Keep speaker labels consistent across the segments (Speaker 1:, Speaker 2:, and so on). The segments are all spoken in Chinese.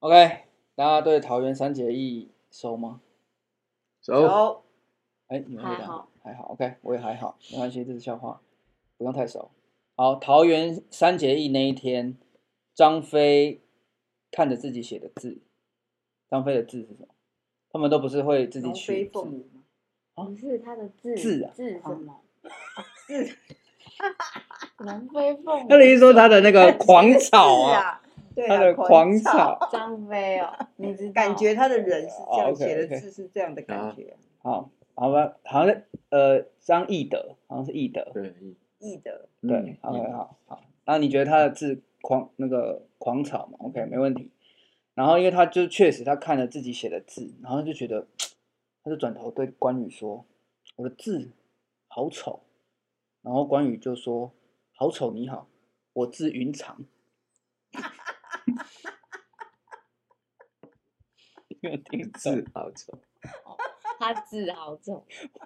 Speaker 1: OK，大家对桃园三结义熟吗？哦
Speaker 2: 走，
Speaker 3: 后
Speaker 1: 哎，你们
Speaker 3: 还
Speaker 1: 会打
Speaker 3: 好
Speaker 1: 还好，OK，我也还好，没关系，这是笑话，不用太熟。好，桃园三结义那一天，张飞看着自己写的字，张飞的字是什么？他们都不是会自己
Speaker 3: 龙
Speaker 1: 取
Speaker 3: 飞
Speaker 1: 字
Speaker 3: 凤舞嘛，
Speaker 1: 啊
Speaker 4: 不是他的字
Speaker 1: 字啊哦
Speaker 4: 字什么？
Speaker 3: 字
Speaker 4: 龙飞凤舞，
Speaker 1: 那你是说他的那 个狂草
Speaker 3: 字
Speaker 1: 啊？
Speaker 3: 啊，对啊，
Speaker 1: 他的狂
Speaker 3: 草，
Speaker 1: 草。
Speaker 4: 张飞哦，你知道
Speaker 3: 感觉他的人是这
Speaker 1: 哦
Speaker 3: 样
Speaker 1: ，OK，
Speaker 3: 写的，
Speaker 1: OK
Speaker 3: 字是这样的感觉，
Speaker 1: 好，好吧，好像是呃张翼德，好像是翼德，
Speaker 2: 对，
Speaker 3: 易的，
Speaker 2: 嗯
Speaker 1: 对，OK，
Speaker 2: 嗯
Speaker 1: 好好。然后你觉得他的字狂那个狂草嘛？OK，没问题。然后因为他就确实他看了自己写的字，然后就觉得，他就转头对关羽说：“我的字好丑。”然后关羽就说：“好丑你好，我字云长。” 没有听懂
Speaker 2: 字好丑，
Speaker 4: 他字好丑，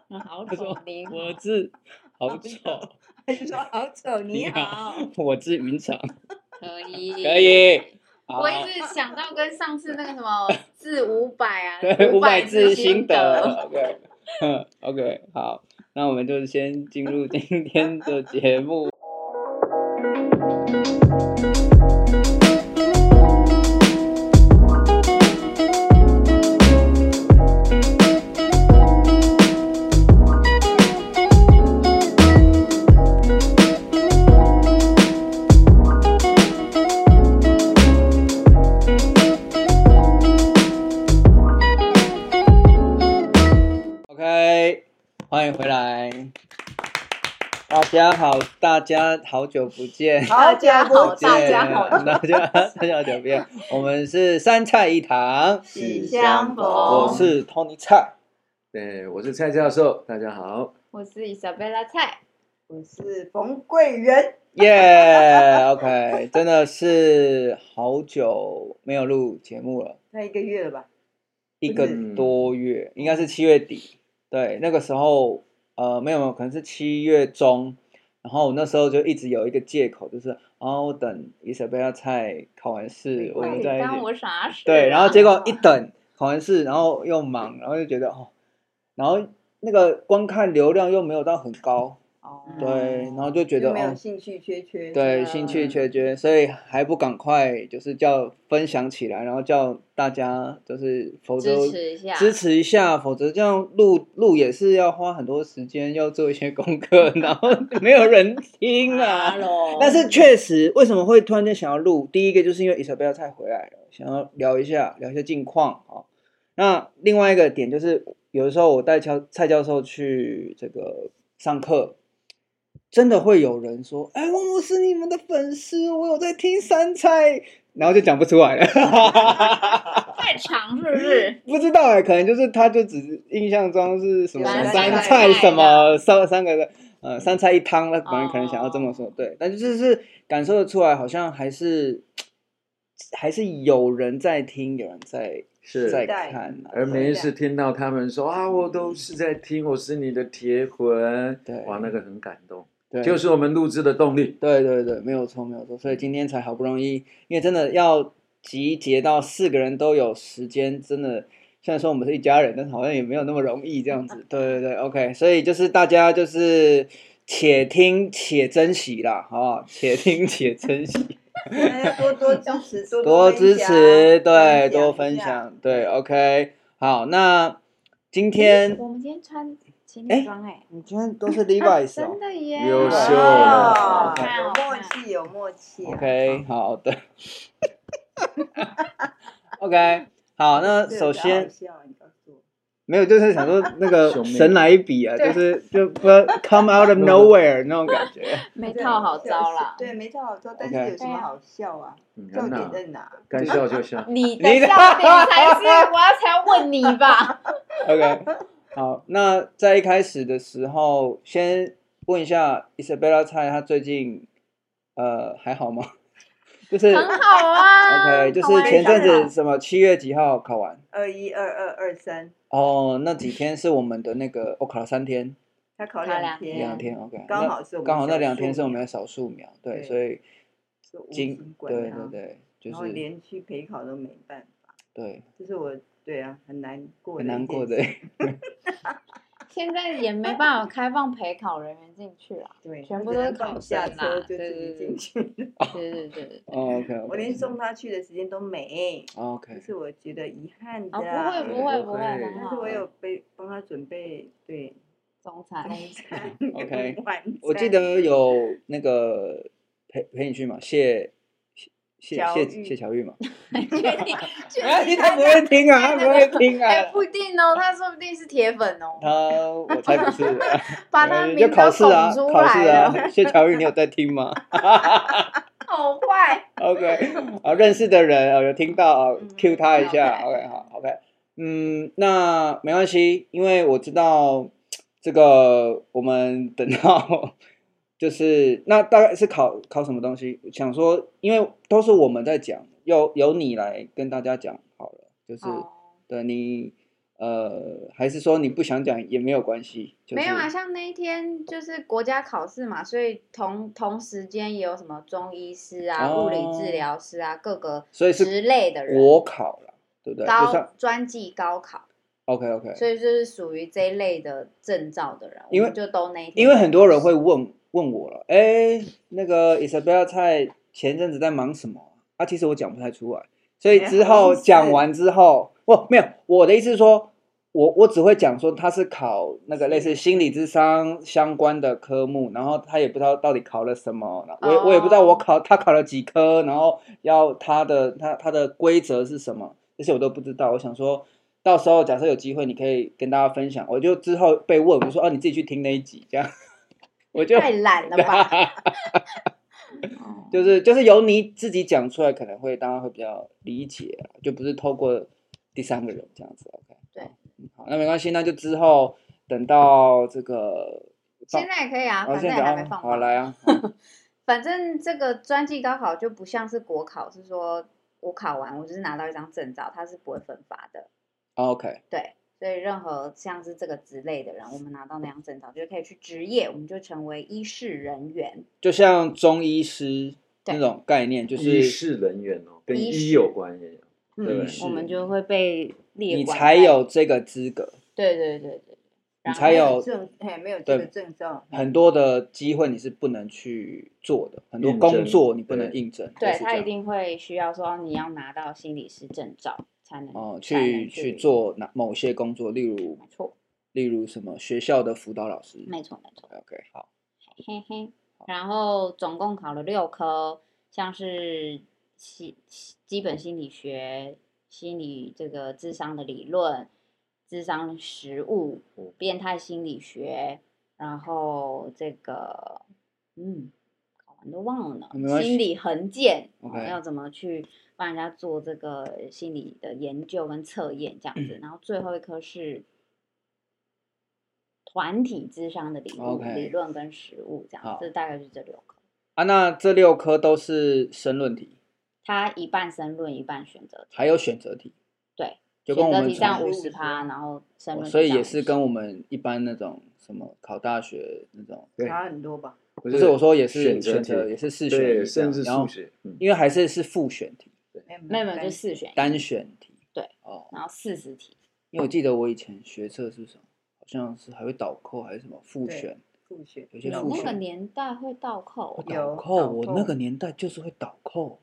Speaker 4: 好
Speaker 1: 他说
Speaker 4: 丑你好，
Speaker 1: 我字 好丑，
Speaker 3: 他就说好丑，你 好，
Speaker 1: 我字云长，
Speaker 4: 可以
Speaker 1: 可。以。
Speaker 4: 我
Speaker 1: 好
Speaker 4: 一直想到跟上次那个什么字五百啊，
Speaker 1: 对， 五百
Speaker 4: 百
Speaker 1: 字
Speaker 4: 心
Speaker 1: 心得。OK，嗯，OK，好，那我们就先进入今天的节目。OK，欢迎回来，大家好，大家好久不见。
Speaker 3: 好久不
Speaker 1: 见
Speaker 3: 大家好，
Speaker 1: 大家大家好久不见。我们是三菜一堂，
Speaker 3: 喜相逢
Speaker 1: 我是 Tony 蔡。
Speaker 2: 对，我是蔡教授，大家好，
Speaker 4: 我是伊莎贝拉菜，
Speaker 3: 我是冯贵人，
Speaker 1: 耶、o k 真的是好久没有录节目了。
Speaker 3: 那一个月了吧？
Speaker 1: 一个
Speaker 2: 嗯
Speaker 1: 多月，应该是七月底。对，那个时候呃，没有没有，可能是七月中。然后我那时候就一直有一个借口，就是哦，我等伊莎贝拉菜考完试， 我
Speaker 4: 到
Speaker 1: 们
Speaker 4: 底
Speaker 1: 再一起
Speaker 4: 干我啥事啊？
Speaker 1: 对，然后结果一等考完试，然后又忙，然后就觉得哦，然后那个观看流量又没有到很高，
Speaker 3: 哦
Speaker 1: 嗯对，然后就觉得
Speaker 3: 就没有
Speaker 1: 哦，
Speaker 3: 兴趣嗯缺缺，
Speaker 1: 对，兴趣 缺缺，所以还不赶快就是叫分享起来，然后叫大家就是否则
Speaker 4: 支持一下，
Speaker 1: 支持一下，否则这样录录也是要花很多时间，要做一些功课， 然后没有人听 啊。
Speaker 4: 喽。
Speaker 1: 但是确实，为什么会突然间想要录？第一个就是因为伊莎贝拉菜回来了，想要聊一下聊一下近况啊。那另外一个点就是，有的时候我带教蔡教授去这个上课，真的会有人说：“哎，我我是你们的粉丝，我有在听三菜。”然后就讲不出来了。
Speaker 4: 太长是不是？
Speaker 1: 不知道哎、可能就是他就只是印象中是什么
Speaker 3: 有
Speaker 1: 三
Speaker 3: 三个
Speaker 1: 菜
Speaker 4: 菜
Speaker 1: 什么三三个的呃三菜一汤，他可能
Speaker 4: 哦
Speaker 1: 可能想要这么说，对，但就是感受得出来，好像还是还是有人在听，有人在
Speaker 2: 是
Speaker 1: 在
Speaker 3: 待
Speaker 1: 看、啊，
Speaker 2: 而
Speaker 1: 对
Speaker 2: 每一次听到他们说啊，我都是在听，我是你的铁粉，
Speaker 1: 嗯对
Speaker 2: 哇，那个很感动，
Speaker 1: 对
Speaker 2: 就是我们录制的动力。
Speaker 1: 对对对，没有错没有错，所以今天才好不容易，因为真的要集结到四个人都有时间，真的虽然说我们是一家人，但是好像也没有那么容易这样子。对对对，OK，所以就是大家就是且听且珍惜啦，好不好？且听且珍惜，
Speaker 3: 哎多多支持，多
Speaker 1: 多支持，对，多
Speaker 3: 多
Speaker 1: 分
Speaker 3: 一下，
Speaker 1: 享，对，OK，好，那今天
Speaker 4: 我们今天穿情侣装哎，
Speaker 1: 你今天都 是 Levi's
Speaker 4: 真
Speaker 1: 哦。
Speaker 4: 的耶，
Speaker 2: 优秀了
Speaker 3: 哦
Speaker 4: 好看
Speaker 3: 有
Speaker 4: 好
Speaker 3: 默
Speaker 4: 看。
Speaker 3: 契，有默契啊。
Speaker 1: OK，好的。OK，好， 那
Speaker 3: 这个
Speaker 1: 首先
Speaker 3: 好笑你告诉我
Speaker 1: 没有，就是想说那个
Speaker 2: 兄妹
Speaker 1: 神来一笔啊，就
Speaker 4: 对
Speaker 1: 是就不 come out of nowhere 那种感觉。
Speaker 4: 没套好招啦。
Speaker 3: 对，没套好招，但是
Speaker 1: OK
Speaker 3: 有什么好笑啊？
Speaker 2: 嗯，
Speaker 3: 重
Speaker 2: 很
Speaker 3: 点
Speaker 2: 好，
Speaker 3: 在哪？
Speaker 2: 该笑就笑。
Speaker 4: 你的
Speaker 1: 你的
Speaker 4: 笑点才是我要才要问你 吧？
Speaker 1: OK，好，那在一开始的时候，先问一下 Isabella 蔡，她最近呃还好吗？ 就是
Speaker 4: 很好啊
Speaker 1: OK，就
Speaker 4: 好玩
Speaker 1: 是前阵
Speaker 4: 很
Speaker 1: 子
Speaker 4: 好
Speaker 1: 什么七月几号考完
Speaker 3: 二一、二二、二三，
Speaker 1: 哦，那几天是我们的那个哦我考了三天。
Speaker 3: 他考
Speaker 4: 考
Speaker 3: 两
Speaker 4: 两
Speaker 3: 天，
Speaker 1: 两天 OK，
Speaker 3: 刚
Speaker 1: 那
Speaker 3: 好是我们
Speaker 1: 刚好那
Speaker 3: 小
Speaker 1: 两
Speaker 3: 树
Speaker 1: 天是我
Speaker 3: 苗
Speaker 1: 们的少数苗，对，
Speaker 3: 对
Speaker 1: 所以
Speaker 3: 就无
Speaker 1: 今
Speaker 3: 心管
Speaker 1: 对
Speaker 3: 它
Speaker 1: 对对，就
Speaker 3: 啊然后
Speaker 1: 是
Speaker 3: 连去陪考都没办法，
Speaker 1: 对
Speaker 3: 这是我对啊很难过
Speaker 1: 很
Speaker 3: 一
Speaker 1: 难
Speaker 3: 件
Speaker 1: 过的
Speaker 3: 事，
Speaker 4: 现在也没办法开放陪考人员进去啦。
Speaker 3: 对，
Speaker 4: 全
Speaker 3: 我
Speaker 4: 部
Speaker 3: 只
Speaker 4: 都
Speaker 3: 能
Speaker 4: 是
Speaker 3: 放
Speaker 4: 考
Speaker 3: 下
Speaker 4: 生
Speaker 3: 车
Speaker 4: 啦
Speaker 3: 就自己
Speaker 4: 对
Speaker 3: 进
Speaker 4: 对对
Speaker 3: 去。
Speaker 1: 哦
Speaker 4: 对对对对对。
Speaker 1: OK
Speaker 3: 我
Speaker 1: OK
Speaker 3: 连送他去的时间都没，这
Speaker 1: OK
Speaker 3: 是我觉得遗憾的
Speaker 4: 啊，不
Speaker 3: 啊。
Speaker 4: 会不会不会，很
Speaker 3: 但
Speaker 4: 好
Speaker 3: 是我有被帮他准备对
Speaker 4: 中餐
Speaker 3: 中 餐
Speaker 1: OK
Speaker 3: 跟晚餐。
Speaker 1: 我记得有那个陪陪你去嘛，谢谢谢
Speaker 3: 乔
Speaker 1: 谢
Speaker 3: 玉
Speaker 1: 谢乔玉 嘛，
Speaker 4: 确定？
Speaker 1: 哎
Speaker 4: 确，定
Speaker 1: 他不会听啊， 他不会听
Speaker 4: 哎，
Speaker 1: 啊，
Speaker 4: 不一定哦，他说不定是铁粉哦，
Speaker 1: 他我才不是，
Speaker 4: 把他
Speaker 1: 啊哎
Speaker 4: 名
Speaker 1: 就
Speaker 4: 都
Speaker 1: 考试啊，
Speaker 4: 拱出
Speaker 1: 考
Speaker 4: 来
Speaker 1: 试
Speaker 4: 了，
Speaker 1: 啊，谢乔玉，你有在听吗？
Speaker 4: 好坏。
Speaker 1: OK，啊，认识的人啊，有听到啊
Speaker 3: 嗯
Speaker 1: ，Q 他一下
Speaker 4: 好
Speaker 1: ，OK，好，OK，嗯，那没关系，因为我知道这个，我们等到就是那大概是考考什么东西，想说，因为都是我们在讲，由由你来跟大家讲好了，就是、
Speaker 4: 哦
Speaker 1: 对你，呃，还是说你不想讲也没有关系，就是
Speaker 4: 没有啊，像那一天就是国家考试嘛，所以同同时间也有什么中医师啊、物理
Speaker 1: 哦
Speaker 4: 治疗师啊，各个
Speaker 1: 所以是
Speaker 4: 职类的人，
Speaker 1: 国考了，对不对？就
Speaker 4: 高
Speaker 1: 像
Speaker 4: 专技高考，
Speaker 1: OK OK，
Speaker 4: 所以就是属于这一类的证照的人，
Speaker 1: 因为
Speaker 4: 我们就都那一天
Speaker 1: 因为很多人会问问我了，哎，那个 Isabella 蔡前阵子在忙什么啊啊？其实我讲不太出来，所以之后
Speaker 3: 哎
Speaker 1: 讲完之后，我没有我的意思是说，我我只会讲说他是考那个类似心理智商相关的科目，然后他也不知道到底考了什么，然后我也我也不知道我考他考了几科，然后要他的他他的规则是什么，这些我都不知道。我想说。到时候假设有机会，你可以跟大家分享。我就之后被问，我就说哦，你自己去听那一集，这样 我就
Speaker 4: 太懒了 吧？ 哦
Speaker 1: 就是就是由你自己讲出来，可能会大家会比较理解啊，就不是透过第三个人这样子。OK，
Speaker 4: 对
Speaker 1: 嗯，好，那没关系，那就之后等到这个
Speaker 4: 现在也可以啊，
Speaker 1: 哦，
Speaker 4: 反
Speaker 1: 现
Speaker 4: 正
Speaker 1: 在
Speaker 4: 也还
Speaker 1: 讲
Speaker 4: 没
Speaker 1: 啊
Speaker 4: 放
Speaker 1: 好
Speaker 4: 榜。
Speaker 1: 来啊，好
Speaker 4: 反正这个专技高考就不像是国考，是说我考完我就是拿到一张证照，它是不会分发的。
Speaker 1: 好哦 OK，
Speaker 4: 对，所以任何像是这个职类的人，我们拿到那张证照，就可以去执业，我们就成为医事人员。
Speaker 1: 就像中医师
Speaker 4: 对
Speaker 1: 那种概念，就
Speaker 2: 医
Speaker 1: 是
Speaker 2: 事人员哦，跟
Speaker 4: 医
Speaker 2: 医
Speaker 4: 事
Speaker 2: 有关也有。
Speaker 1: 对
Speaker 4: 嗯，我们
Speaker 2: 是
Speaker 4: 就会被列
Speaker 1: 你
Speaker 4: 管
Speaker 1: 才
Speaker 4: 在
Speaker 1: 有这个资格，
Speaker 4: 对对对对，然后
Speaker 1: 才有
Speaker 3: 证，哎，没有这
Speaker 1: 对
Speaker 3: 个证照，
Speaker 1: 很多的机会你是不能去做的，很多
Speaker 2: 应
Speaker 1: 工
Speaker 2: 征
Speaker 1: 作你不能
Speaker 2: 对
Speaker 1: 应征，类
Speaker 4: 对
Speaker 1: 似这
Speaker 4: 他一
Speaker 1: 样
Speaker 4: 定会需要说你要拿到心理师证照才能
Speaker 1: 哦，
Speaker 4: 才能
Speaker 1: 去去做哪某些工作，例如
Speaker 4: 没错
Speaker 1: 例如什么学校的辅导老师，
Speaker 4: 没错没错，
Speaker 1: OK，好，
Speaker 4: 嘿嘿。然后总共考了六科，像是基基本心理学、心理这个智商的理论、智商实务、
Speaker 1: 嗯
Speaker 4: 变态心理学，然后这个嗯，考完都忘了
Speaker 1: 没关
Speaker 4: 呢，
Speaker 1: 系
Speaker 4: 心理横件哦
Speaker 1: OK
Speaker 4: 要怎么去帮人家做这个心理的研究跟测验这样 子，然后最后一科是团体智商的理论
Speaker 1: OK
Speaker 4: 理论跟实务这
Speaker 1: 好
Speaker 4: 样，这大概就是这六科。
Speaker 1: 啊，那这六科都是申论题，
Speaker 4: 它一半申论，一半选择题，
Speaker 1: 还有选择题，
Speaker 4: 对，
Speaker 1: 就跟我
Speaker 4: 选择
Speaker 1: 们
Speaker 4: 题占
Speaker 1: 常
Speaker 3: 上
Speaker 4: 五十趴，然后申
Speaker 1: 哦
Speaker 4: 论、
Speaker 1: 所以也是跟我们一般那种什么考大学那种，
Speaker 2: 对
Speaker 3: 差很多吧？
Speaker 2: 不
Speaker 1: 不是我说也是选
Speaker 2: 择题
Speaker 1: 也是四选
Speaker 2: 对，
Speaker 1: 一，
Speaker 2: 甚至
Speaker 1: 然后
Speaker 2: 数学，嗯，
Speaker 1: 因为还是是复选题，
Speaker 3: 没有
Speaker 4: 没有没有就
Speaker 3: 但
Speaker 4: 四选一，
Speaker 1: 单选题，
Speaker 4: 对，
Speaker 1: 哦，
Speaker 4: 然后四十题，
Speaker 1: 因为我记得我以前学测是什么，好像是还会倒扣还是什么复
Speaker 3: 对
Speaker 1: 选，
Speaker 3: 复选
Speaker 1: 有些
Speaker 4: 有
Speaker 1: 复
Speaker 4: 那
Speaker 1: 选
Speaker 4: 个年代会倒扣
Speaker 1: 我
Speaker 4: 哦，
Speaker 1: 倒
Speaker 3: 有
Speaker 1: 扣，
Speaker 3: 倒
Speaker 1: 我
Speaker 3: 扣
Speaker 1: 那个年代就是会倒扣，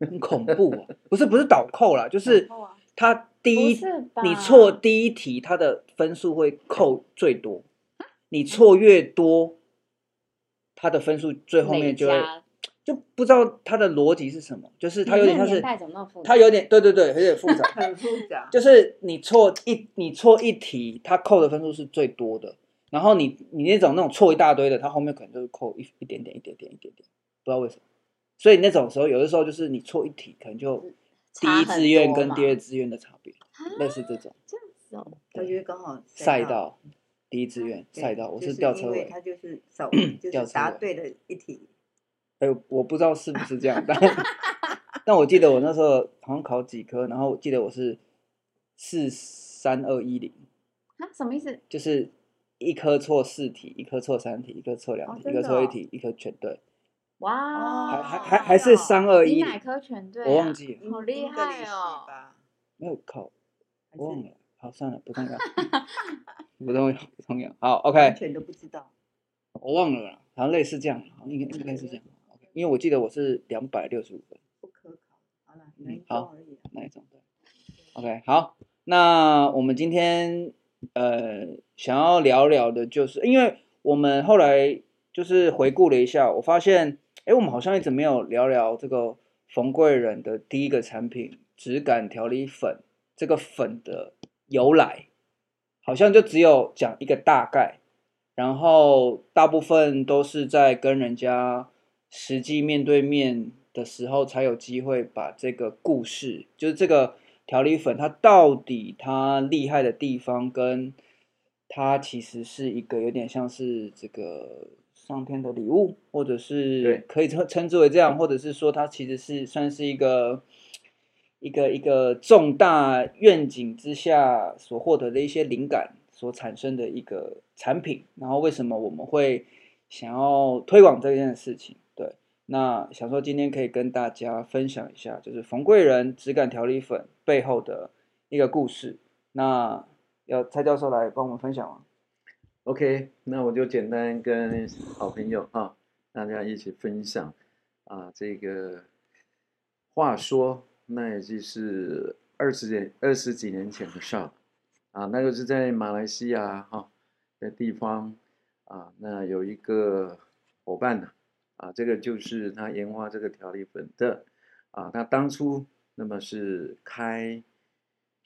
Speaker 1: 很恐怖啊！不是不是倒扣啦，就是
Speaker 3: 倒扣啊
Speaker 1: 他第一
Speaker 4: 不是吧
Speaker 1: 你错第一题，他的分数会扣最多，你错越多，他的分数最后面就会
Speaker 4: 累加
Speaker 1: 就不知道他的逻辑是什么，就是他有点像
Speaker 4: 你那个
Speaker 1: 是
Speaker 4: 年代怎么那么复杂
Speaker 1: 他有点对对对，有点复 杂，
Speaker 3: 很复杂，
Speaker 1: 就是你错一你错一题，他扣的分数是最多的。然后你你那种那种错一大堆的，他后面可能就是扣一一点点一点点一点点，不知道为什么。所以那种时候，有的时候就是你错一题，可能就第
Speaker 4: 差
Speaker 1: 一
Speaker 4: 很
Speaker 1: 志愿
Speaker 4: 多
Speaker 1: 跟
Speaker 4: 嘛
Speaker 1: 第二志愿的差别，
Speaker 4: 啊
Speaker 1: 类似这种
Speaker 4: 这样子哦，
Speaker 3: 我觉得刚好
Speaker 1: 赛道，第一志愿
Speaker 3: 对
Speaker 1: 赛道，我
Speaker 3: 啊就是
Speaker 1: 吊车
Speaker 3: 因
Speaker 1: 尾。
Speaker 3: 为他就是少
Speaker 1: 吊
Speaker 3: 就
Speaker 1: 车
Speaker 3: 是答
Speaker 1: 尾
Speaker 3: 对了一题，
Speaker 1: 哎，我不知道是不是这样，但 但我记得我那时候好像考几科，然后我记得我是四三二一零，
Speaker 4: 啊什么意思？
Speaker 1: 就是一科错四题，一科错三题，一科错两
Speaker 3: 哦
Speaker 1: 题，一
Speaker 3: 真
Speaker 1: 科
Speaker 3: 的
Speaker 1: 错一
Speaker 3: 哦
Speaker 1: 题，一科全对。
Speaker 4: 哇，
Speaker 1: 还
Speaker 3: 哦
Speaker 1: 还还还是三二
Speaker 4: 你
Speaker 1: 一，
Speaker 4: 哪科全对、啊？
Speaker 1: 我忘记了，
Speaker 4: 好厉害哦！
Speaker 1: 没 有考，
Speaker 3: 还
Speaker 1: 我忘
Speaker 3: 是
Speaker 1: 了，好算了，不 重要，不重要，不重要。好
Speaker 3: 完
Speaker 1: ，OK，
Speaker 3: 全都不知道。
Speaker 1: 我忘了啦，好像类似这样，好像应该应该是这样。OK，因
Speaker 3: 嗯
Speaker 1: 为我记得我是两百六十五分
Speaker 3: 不可考。好了，
Speaker 1: 嗯
Speaker 3: 能中
Speaker 1: 好
Speaker 3: 而已啊。
Speaker 1: 那一种的。OK，好，那我们今天呃想要聊聊的就是，因为我们后来就是回顾了一下，我发现，哎，我们好像一直没有聊聊这个冯贵人的第一个产品质感调理粉这个粉的由来，好像就只有讲一个大概，然后大部分都是在跟人家实际面对面的时候，才有机会把这个故事，就是这个调理粉，它到底它厉害的地方，跟它其实是一个有点像是这个上天的礼物，或者
Speaker 2: 对
Speaker 1: 是可以称称之为这样，或者是说它其实是算是一个。一个一个重大愿景之下所获得的一些灵感所产生的一个产品，然后为什么我们会想要推广这件事情？对，那想说今天可以跟大家分享一下，就是冯贵人质感调理粉背后的一个故事。那要蔡教授来帮我们分享吗？
Speaker 2: OK，那我就简单跟好朋友啊，大家一起分享啊，这个话说，那也就是二十年二十几年前的事儿了啊，那就是在马来西亚哈、的地方啊，那有一个伙伴呢啊，这个就是他研发这个调理粉的啊，他当初那么是开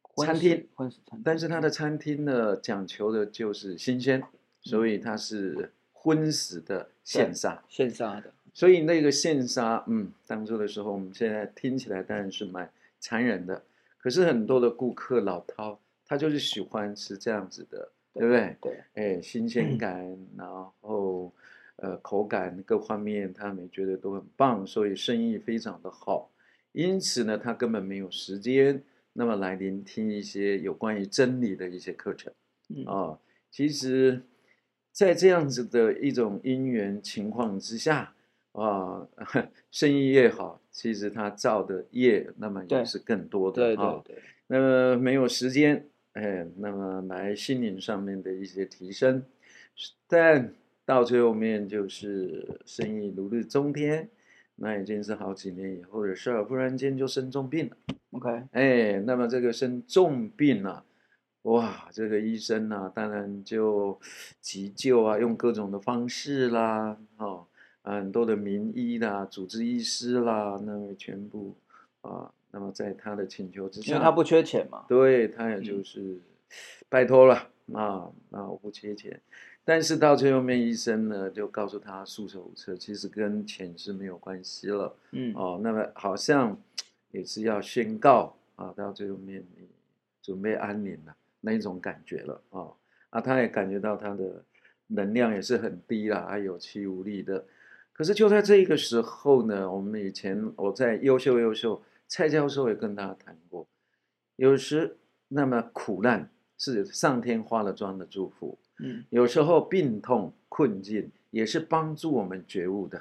Speaker 1: 婚
Speaker 2: 餐
Speaker 1: 食
Speaker 2: 厅，
Speaker 1: 婚食餐厅，
Speaker 2: 但是它的餐厅呢，讲求的就是新鲜，所以它是荤食的现杀。
Speaker 1: 线上的，
Speaker 2: 所以那个现杀，嗯，当初的时候，我们现在听起来当然是蛮残忍的，可是很多的顾客老饕，他就是喜欢吃这样子的，对不对？
Speaker 1: 对，
Speaker 2: 哎，新
Speaker 1: 嗯
Speaker 2: 鲜感，然后呃口感各方面，他们觉得都很棒，所以生意非常的好。因此呢，他根本没有时间那么来聆听一些有关于真理的一些课程。
Speaker 1: 嗯，
Speaker 2: 啊，其实，在这样子的一种因缘情况之下啊， 生意越好，其实他造的业那么
Speaker 1: 对
Speaker 2: 也是更多
Speaker 1: 对
Speaker 2: 的啊
Speaker 1: 对。对，
Speaker 2: 那么没有时间，哎，那么来心灵上面的一些提升，但到最后面就是生意如日中天，那已经是好几年以后的事儿，忽然间就生重病了。
Speaker 1: ，OK，
Speaker 2: 哎，那么这个生重病了、哇，这个医生呢、当然就急救啊，用各种的方式啦，哦，啊很多的名医啦、主治医师啦，那么全部啊，那么在他的请求之
Speaker 1: 因
Speaker 2: 下，
Speaker 1: 为他不缺钱嘛，嗯
Speaker 2: 对他也就是拜托了啊，那我不缺钱，但是到最后面，医生呢就告诉他束手无策，其实跟钱是没有关系了。
Speaker 1: 嗯，
Speaker 2: 哦，那么好像也是要宣告啊，到最后面你准备安宁了那一种感觉了啊啊，他也感觉到他的能量也是很低了，啊，有气无力的。可是就在这个时候呢，我们以前我在优秀优秀蔡教授也跟大家谈过，有时那么苦难是上天化了妆的祝福，
Speaker 1: 嗯，
Speaker 2: 有时候病痛困境也是帮助我们觉悟的，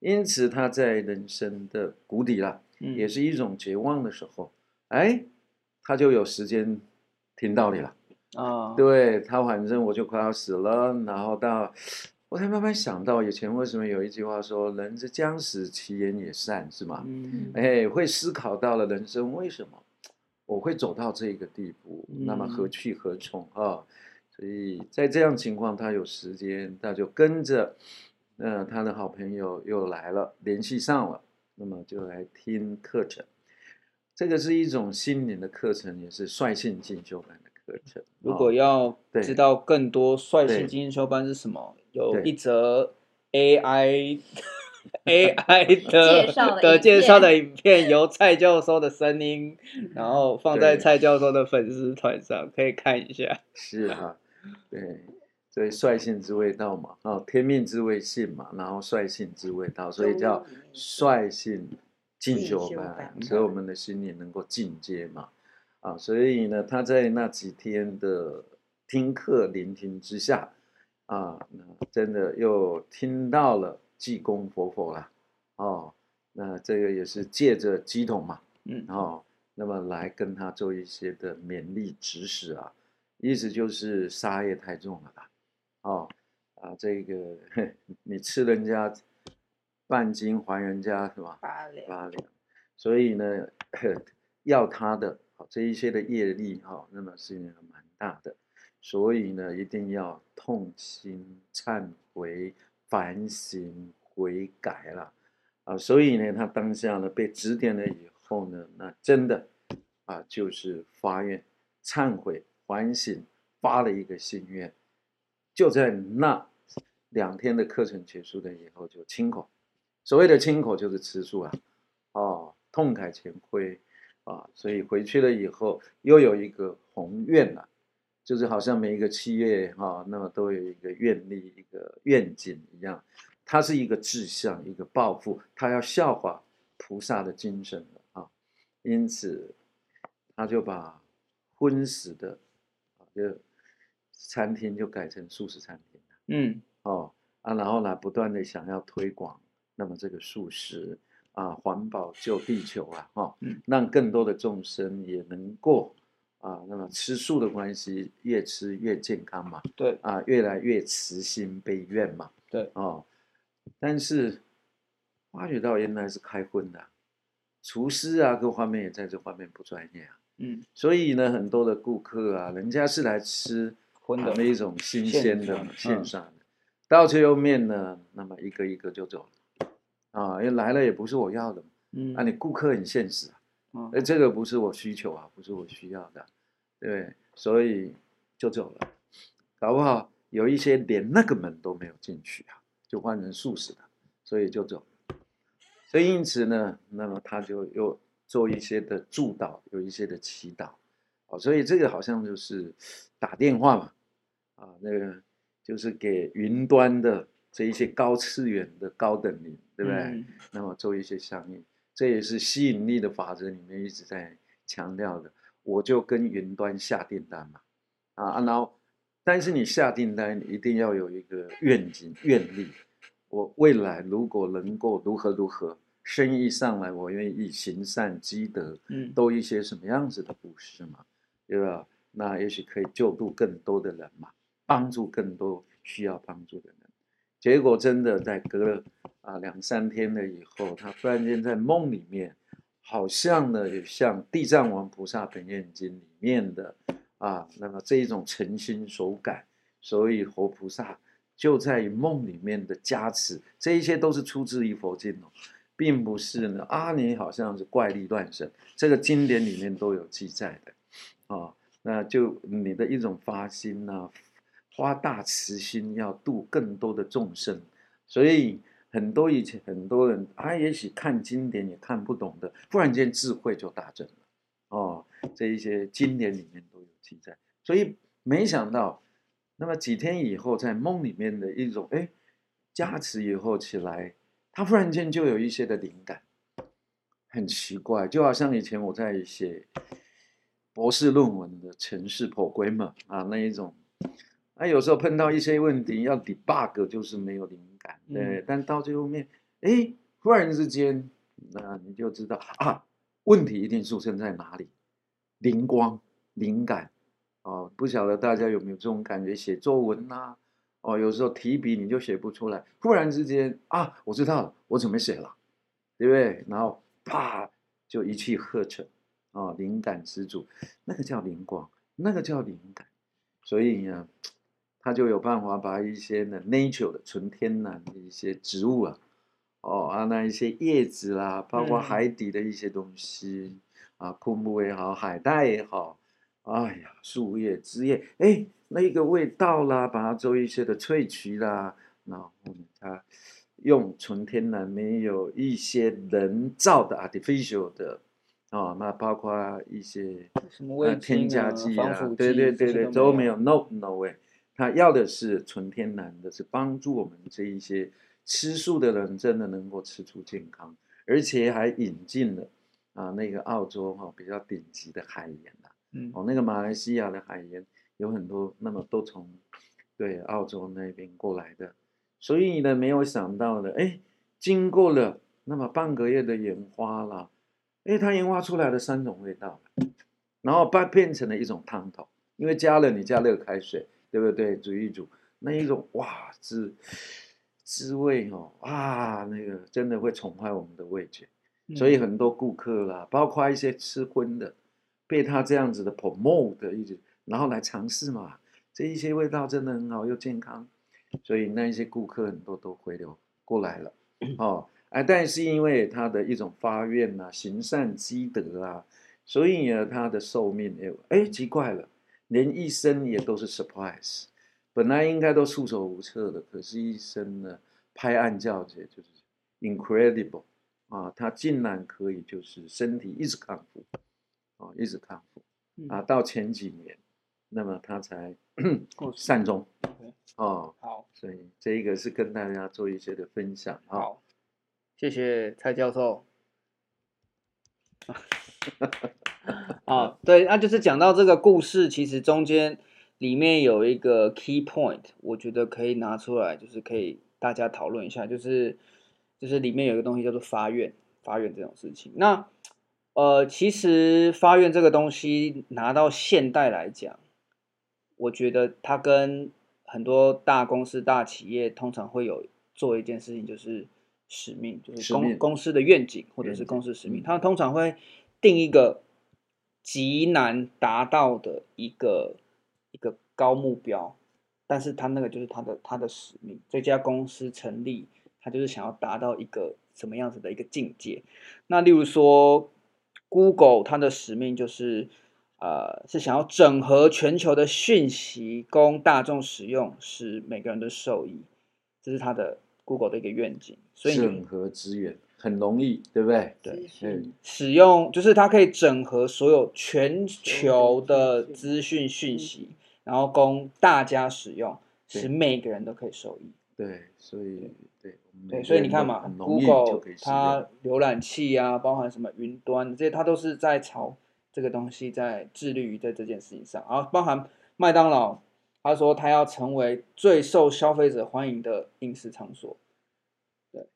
Speaker 2: 因此他在人生的谷底啦，
Speaker 1: 嗯
Speaker 2: 也，是一种绝望的时候，哎，他就有时间听道理了。
Speaker 1: 啊，
Speaker 2: 对他，反正我就快要死了，然后到我才慢慢想到，以前为什么有一句话说“人之将死，其言也善”，是吗？
Speaker 1: 嗯，
Speaker 2: 哎，会思考到了人生为什么我会走到这个地步，那么何
Speaker 1: 嗯
Speaker 2: 去何从啊？所以在这样情况，他有时间，他就跟着，呃，他的好朋友又来了，联系上了，那么就来听课程。这个是一种心灵的课程，也是率性进修班的课程。
Speaker 1: 嗯如
Speaker 2: 啊
Speaker 1: 果要
Speaker 2: 对
Speaker 1: 知道更多率
Speaker 2: 对
Speaker 1: 性精修班是什么，有
Speaker 2: 对
Speaker 1: 一则 AI AI 的
Speaker 4: 介绍的
Speaker 1: 的
Speaker 4: 影
Speaker 1: 介绍的影
Speaker 4: 片
Speaker 1: 片，由蔡教授的声音，然后放在
Speaker 2: 对
Speaker 1: 蔡教授的粉丝团上，可以看一下。
Speaker 2: 是啊，
Speaker 3: 嗯
Speaker 2: 对，所以率性之谓道嘛，啊，天命之谓性嘛，然后率性之谓道，所以
Speaker 3: 中庸
Speaker 2: 叫
Speaker 3: 里面
Speaker 2: 率性进
Speaker 3: 进
Speaker 2: 修
Speaker 3: 修
Speaker 2: 班
Speaker 3: 班，
Speaker 2: 所以我们的心灵能够进阶嘛，啊，所以呢，他在那几天的听课聆听之下，啊，那真的又听到了济公活佛啦，哦，那这个也是借着鸡桶嘛，
Speaker 1: 嗯，
Speaker 2: 哦，那么来跟他做一些的勉励指使啊，意思就是杀业太重了啦，哦，啊，这个 你吃人家半斤还人家是吧？
Speaker 3: 八两，
Speaker 2: 八两，所以呢， 要他的好这一些的业力哈、那么是蛮大的，所以呢，一定要痛心忏悔、反省、悔改啦。啊，所以呢，他当下呢被指点了以后呢，那真的啊，就是发愿、忏悔、反省，发了一个心愿，就在那两天的课程结束了以后就清口。所谓的清口就是吃素啊，哦，痛改前非啊，所以回去了以后又有一个宏愿了、就是好像每一个企业哈、那么都有一个愿力、一个愿景一样，它是一个志向、一个抱负，它要效法菩萨的精神了啊，因此他就把荤食的啊，就餐厅就改成素食餐厅。
Speaker 1: 嗯
Speaker 2: 哦啊，然后呢，不断的想要推广，那么这个素食啊，环保救地球啊，哈、
Speaker 1: 嗯
Speaker 2: 让更多的众生也能够啊，那么吃素的关系，越吃越健康嘛，
Speaker 1: 对，
Speaker 2: 啊，越来越慈心悲愿嘛，
Speaker 1: 对
Speaker 2: 哦，但是挖掘到原来是开荤的啊、厨师啊，各方面也在这方面不专业啊，
Speaker 1: 嗯，
Speaker 2: 所以呢，很多的顾客啊，人家是来吃
Speaker 1: 荤的
Speaker 2: 那一种新鲜的
Speaker 1: 现
Speaker 2: 现
Speaker 1: 嗯
Speaker 2: 杀的，到最后面呢，那么一个一个就走了。啊，因为来了也不是我要的嘛，
Speaker 1: 嗯，
Speaker 2: 啊，你顾客很现实啊，
Speaker 1: 嗯
Speaker 2: 哎，这个不是我需求啊，不是我需要的，对不对，所以就走了，搞不好有一些连那个门都没有进去啊，就换成素食的，所以就走了。所以因此呢，那么他就又做一些的祝祷，有一些的祈祷，哦，所以这个好像就是打电话嘛，啊，那个就是给云端的这一些高次元的高等灵，对不对？
Speaker 1: 嗯
Speaker 2: 那么做一些相应，这也是吸引力的法则里面一直在强调的。我就跟云端下订单嘛，啊，啊然后但是你下订单，你一定要有一个愿景、愿力。我未来如果能够如何如何，生意上来，我愿意行善积德，
Speaker 1: 嗯
Speaker 2: 都一些什么样子的布施嘛，对吧？那也许可以救度更多的人嘛，帮助更多需要帮助的人。结果真的在隔了啊两三天了以后，他突然间在梦里面，好像呢也像《地藏王菩萨本愿经》里面的啊，那么这一种诚心手感，所以活菩萨就在于梦里面的加持，这一些都是出自于佛经哦，并不是呢啊你好像是怪力乱神，这个经典里面都有记载的啊、那就你的一种发心呐、花大慈心要度更多的众生，所以很多以前很多人啊，也许看经典也看不懂的，忽然间智慧就大增了。哦，这一些经典里面都有记载，所以没想到，那么几天以后，在梦里面的一种哎加持以后起来，他忽然间就有一些的灵感，很奇怪，就好像以前我在写博士论文的城市破规嘛啊那一种，啊有时候碰到一些问题要 debug 就是没有灵感，对，
Speaker 1: 嗯
Speaker 2: 但到最后面，哎，忽然之间，那你就知道啊，问题一定出现在哪里，灵光灵感。哦，不晓得大家有没有这种感觉？写作文呐、哦，有时候提笔你就写不出来，忽然之间啊，我知道了，我怎么写了，对不对？然后啪就一气呵成，啊、灵感十足，那个叫灵光，那个叫灵感，所以呢，他就有办法把一些呢 nature 的纯天然的一些植物啊，哦啊那一些叶子啦，包括
Speaker 1: 嗯
Speaker 2: 海底的一些东西、啊，枯木也好，海带也好，哎呀，树叶、枝叶，哎，那个味道啦，把它做一些的萃取啦，然后呢，它用纯天然，没有一些人造的 artificial 的哦，那包括一些
Speaker 1: 什么味
Speaker 2: 呃添加剂
Speaker 1: 啊，防腐
Speaker 2: 对对
Speaker 1: 剂这
Speaker 2: 对
Speaker 1: 些
Speaker 2: 对，都没有。，no no way，他要的是纯天然的，是帮助我们这一些吃素的人真的能够吃出健康，而且还引进了啊那个澳洲哈、比较顶级的海盐啊。
Speaker 1: 嗯
Speaker 2: 哦，那个马来西亚的海盐有很多，那么都从对澳洲那边过来的，所以呢，没有想到的，哎，经过了那么半个月的研花啦，因为它研发出来的三种味道，然后把变成了一种汤头，因为加了你加热开水，对不对？煮一煮，那一种哇滋滋味哦，啊，那个真的会宠坏我们的味觉，所
Speaker 1: 嗯
Speaker 2: 以很多顾客啦，包括一些吃荤的，被他这样子的 promote 的一直，然后来尝试嘛，这一些味道真的很好又健康，所以那一些顾客很多都回流过来了，哦，啊，但是因为他的一种发愿啊、行善积德啊，所以呢，他的寿命也，哎，奇怪了，连医生也都是 surprise，本来应该都束手无策的，可是医生呢，拍案叫绝，就是 incredible 啊，他竟然可以就是身体一直康复，啊，一直康复
Speaker 1: 嗯
Speaker 2: 啊，到前几年，那么他才
Speaker 1: 过世
Speaker 2: 善终
Speaker 1: OK
Speaker 2: 哦，
Speaker 1: 好
Speaker 2: 所以这一个是跟大家做一些的分享啊。
Speaker 1: 好，谢谢蔡教授。啊，对，那就是讲到这个故事，其实中间里面有一个 key point，我觉得可以拿出来，就是可以大家讨论一下，就是就是里面有一个东西叫做发愿，发愿这种事情。那呃，其实发愿这个东西拿到现代来讲，我觉得它跟很多大公司、大企业通常会有做一件事情，就是使命，就是
Speaker 2: 使
Speaker 1: 公
Speaker 2: 命
Speaker 1: 公司的愿景或者
Speaker 2: 愿
Speaker 1: 是
Speaker 2: 景
Speaker 1: 公司使命，
Speaker 2: 嗯
Speaker 1: 他们通常会定一个极难达到的一个一个高目标，但是他那个就是他的他的使命，这家公司成立，他就是想要达到一个什么样子的一个境界。那例如说，Google 它的使命就是，呃，是想要整合全球的讯息供大众使用，使每个人都受益，这是它的 Google 的一个愿景。所以
Speaker 2: 整
Speaker 1: 你
Speaker 2: 合资源很容易，对不对？
Speaker 1: 对
Speaker 3: 资讯
Speaker 1: 使用就是它可以整合所有全球的
Speaker 3: 全
Speaker 1: 资
Speaker 3: 球资
Speaker 1: 讯讯息，然后供大家使用，使
Speaker 2: 嗯对
Speaker 1: 每个人都可以受益。
Speaker 2: 对，所以对，我们每
Speaker 1: 对，
Speaker 2: 个
Speaker 1: 所以
Speaker 2: 人
Speaker 1: 你看
Speaker 2: 都
Speaker 1: 嘛
Speaker 2: 很容易就
Speaker 1: ，Google
Speaker 2: 可以使
Speaker 1: 它
Speaker 2: 用。
Speaker 1: 浏览器啊，包含什么云端这些，它都是在朝这个东西在致力于在这件事情上。然后包含麦当劳，他说他要成为最受消费者欢迎的饮食场所，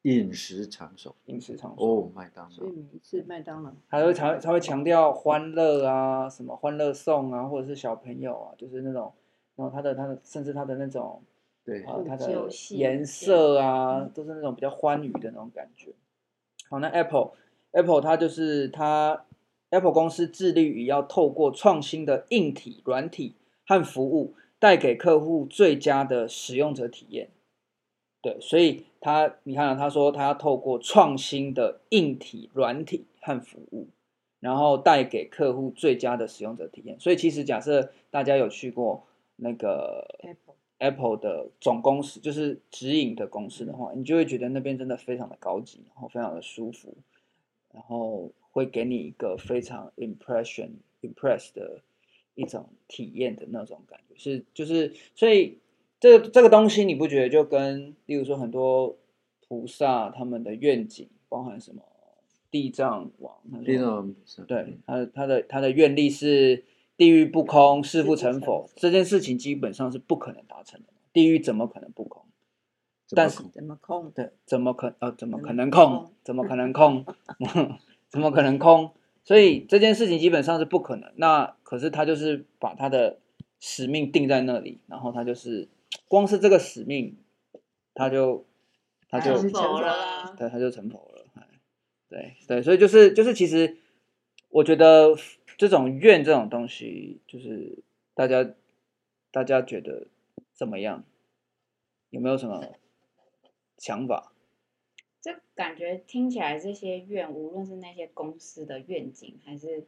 Speaker 2: 饮食场所
Speaker 1: 饮食场所，
Speaker 2: 哦，麦当
Speaker 3: 所以
Speaker 2: 劳
Speaker 4: 嗯
Speaker 3: 每一次麦当劳
Speaker 1: 他会常他会强调欢乐啊，什么欢乐颂啊，或者是小朋友啊，就是那种，然后他的他的甚至他的那种
Speaker 2: 对，
Speaker 1: 呃，它的
Speaker 4: 游戏
Speaker 1: 颜
Speaker 4: 对嗯
Speaker 1: 色啊，都是那种比较欢愉的那种感觉。好，那 Apple Apple 它就是它 Apple 公司致力于要透过创新的硬体、软体和服务，带给客户最佳的使用者体验。对，所以他你看、啊，他说他要透过创新的硬体、软体和服务，然后带给客户最佳的使用者体验。所以其实假设大家有去过那个
Speaker 3: Apple
Speaker 1: Apple 的总公司，就是直营的公司的话，你就会觉得那边真的非常的高级，然后非常的舒服，然后会给你一个非常 impression impress 的一种体验的那种感觉，是就是所以这个这个东西你不觉得就跟例如说很多菩萨他们的愿景，包含什么地藏王，那种
Speaker 2: 地藏是
Speaker 1: 对，他的他的他的愿力是地狱不空，誓不成佛。这件事情基本上是不可能达成的，地狱怎么可能不空？但是
Speaker 3: 怎么控？
Speaker 1: 对，怎么可呃怎么
Speaker 3: 怎
Speaker 1: 可
Speaker 3: 么
Speaker 1: 能
Speaker 3: 可能
Speaker 1: 空
Speaker 3: 空？
Speaker 1: 怎么可能空？ 怎么可能空？所以这件事情基本上是不可能。那可是他就是把他的使命定在那里，然后他就是光是这个使命，他就他就
Speaker 4: 成
Speaker 3: 成
Speaker 4: 佛
Speaker 3: 佛
Speaker 4: 了
Speaker 3: 啦，
Speaker 1: 对，他就成佛了。哎对对，所以就是就是，其实我觉得这种怨这种东西，就是大家大家觉得怎么样？有没有什么想法？
Speaker 4: 这感觉听起来，这些愿，无论是那些公司的愿景，还是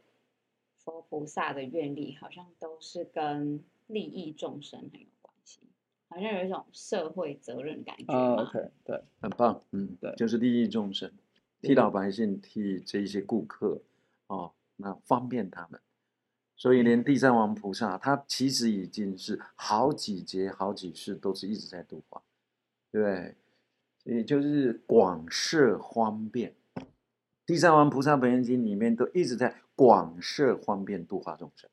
Speaker 4: 佛菩萨的愿力，好像都是跟利益众生很有关系，好像有一种社会责任感觉
Speaker 1: 啊、
Speaker 4: 嘛
Speaker 1: o k 对，
Speaker 2: 很棒，嗯，
Speaker 1: 对
Speaker 2: 就是利益众生，替老百姓，替这一些顾客，哦，那方便他们。所以，连地藏王菩萨，他其实已经是好几劫、好几世都是一直在度化，对不对，所以就是广设方便。地藏王菩萨本愿经里面都一直在广设方便度化众生。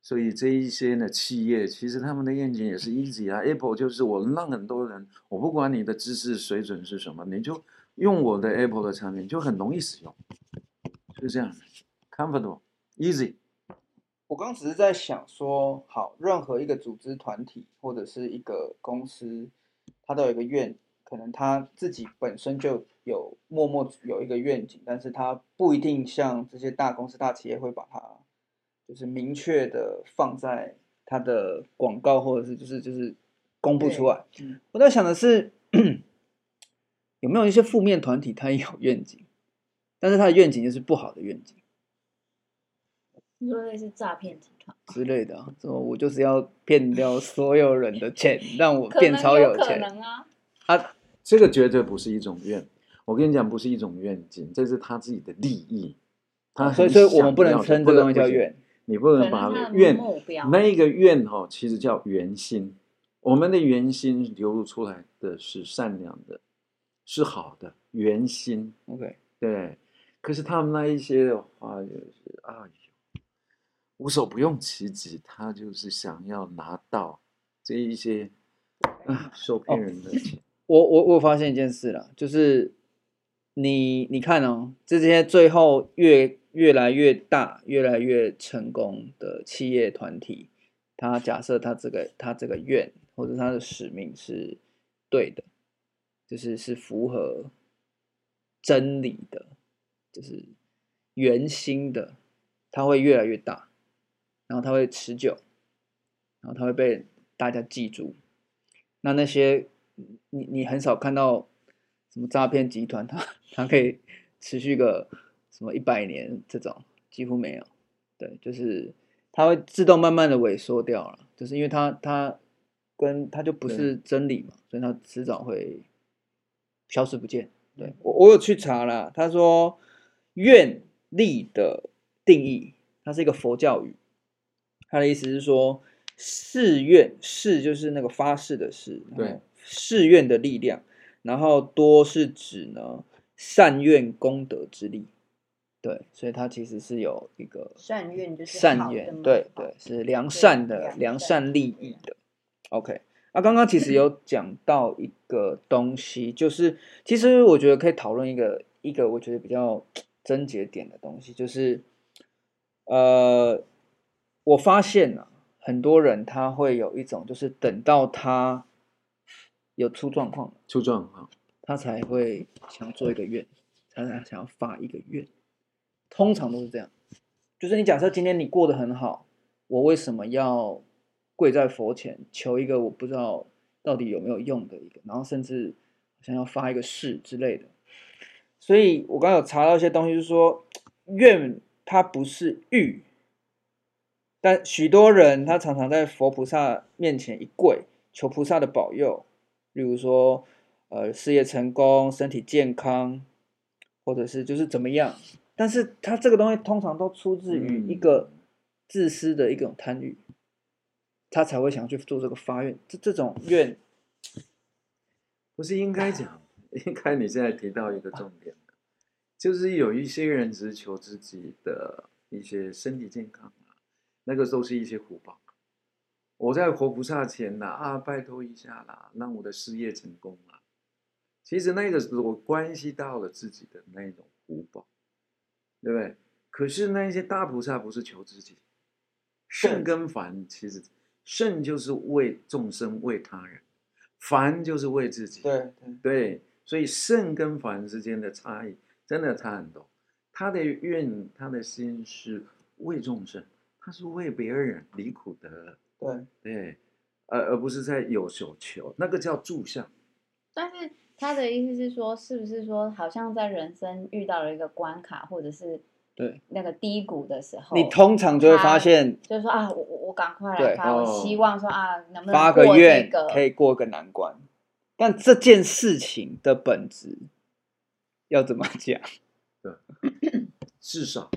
Speaker 2: 所以这一些呢，企业其实他们的愿景也是 easy 啊。Apple 就是我让很多人，我不管你的知识水准是什么，你就用我的 Apple 的产品就很容易使用，就是这样，comfortable easy。
Speaker 1: 我刚只是在想说，好，任何一个组织团体或者是一个公司，它都有一个愿，可能它自己本身就有默默有一个愿景，但是它不一定像这些大公司、大企业会把它就是明确的放在它的广告或者是就是就是公布出来。
Speaker 3: 嗯
Speaker 1: 我在想的是， 有没有一些负面团体，它也有愿景，但是它的愿景就是不好的愿景。
Speaker 3: 你说类似诈骗集团，
Speaker 1: 之类的、啊，说我就是要骗掉所有人的钱，让我
Speaker 4: 可
Speaker 1: 变
Speaker 4: 能
Speaker 1: 超
Speaker 4: 有可
Speaker 1: 钱。
Speaker 4: 能啊，
Speaker 2: 这个绝对不是一种愿，我跟你讲，不是一种愿景，这是他自己的利益。他
Speaker 1: 哦所以，
Speaker 2: 啊很
Speaker 1: 所以我
Speaker 2: 想
Speaker 1: 们不能
Speaker 2: 要的
Speaker 1: 称
Speaker 2: 不
Speaker 1: 这东西叫
Speaker 2: 不行
Speaker 1: 愿。
Speaker 2: 你不
Speaker 4: 可
Speaker 2: 能
Speaker 4: 能
Speaker 2: 把
Speaker 4: 他的
Speaker 2: 愿
Speaker 4: 目标
Speaker 2: 那一个愿哦，其实叫原心。我们的原心流露出来的是善良的，是好的原心。
Speaker 1: OK，
Speaker 2: 对，可是他们那一些的话，就是哎呦，无所不用其极，他就是想要拿到这一些啊受骗人的钱。
Speaker 1: 我我我发现一件事了，就是你你看哦，这些最后越越来越大、越来越成功的企业团体，他假设他这个他这个愿或者他的使命是对的，就是是符合真理的，就是原心的，它会越来越大，然后它会持久，然后它会被大家记住。那那些你你很少看到什么诈骗集团，它它可以持续个什么一百年这种几乎没有。对，就是它会自动慢慢的萎缩掉了，就是因为它它跟它就不是真理嘛，所以它迟早会消失不见。对我我有去查啦，他说愿力的定义，它是一个佛教语，它的意思是说誓愿誓就是那个发誓的誓，然后
Speaker 2: 对
Speaker 1: 誓愿的力量，然后多是指呢善愿功德之力，对，所以它其实是有一个
Speaker 3: 善愿就是好
Speaker 1: 善
Speaker 3: 的
Speaker 1: 愿，
Speaker 3: 嘛
Speaker 1: 对
Speaker 3: 好
Speaker 1: 对，是良善的
Speaker 3: 良
Speaker 1: 良
Speaker 3: 善嗯
Speaker 1: 善利益的。OK，啊，刚刚其实有讲到一个东西，就是其实我觉得可以讨论一个一个我觉得比较症结点的东西，就是呃，我发现啊，很多人他会有一种就是等到他有出状况了，
Speaker 2: 出状况，
Speaker 1: 他才会想做一个愿，他才想要发一个愿，通常都是这样。就是你假设今天你过得很好，我为什么要跪在佛前求一个我不知道到底有没有用的一个，然后甚至想要发一个誓之类的。所以我刚刚有查到一些东西，就是说愿它不是欲，但许多人他常常在佛菩萨面前一跪，求菩萨的保佑，例如说呃事业成功、身体健康，或者是就是怎么样。但是他这个东西通常都出自于一个自私的一种贪欲，他才会想去做这个发愿。这这种愿，
Speaker 2: 不是应该讲？ 应该你现在提到一个重点，就是有一些人只求自己的一些身体健康啊，那个都是一些福报。我在活菩萨前呐啊拜托一下啦，让我的事业成功啊。其实那个是我关系到了自己的那一种福报，对不对？可是那一些大菩萨不是求自己，圣跟凡其实圣就是为众生为他人，凡就是为自己。
Speaker 1: 对对。
Speaker 2: 对，所以圣跟凡之间的差异真的差很多。他的愿，他的心是为众生，他是为别人离苦得乐，
Speaker 1: 对，
Speaker 2: 对，而而不是在有所求，那个叫住相。
Speaker 4: 但是他的意思是说，是不是说好像在人生遇到了一个关卡，或者是
Speaker 1: 对
Speaker 4: 那个低谷的时候，
Speaker 1: 你通常就会发现
Speaker 4: 就是说啊，我我我赶快来
Speaker 1: 对
Speaker 4: 发，我
Speaker 2: 哦
Speaker 4: 希望说啊，能不能
Speaker 1: 发
Speaker 4: 过
Speaker 1: 个
Speaker 4: 这
Speaker 1: 愿
Speaker 4: 个
Speaker 1: 可以过个难关，但这件事情的本质要怎么讲？
Speaker 2: 至少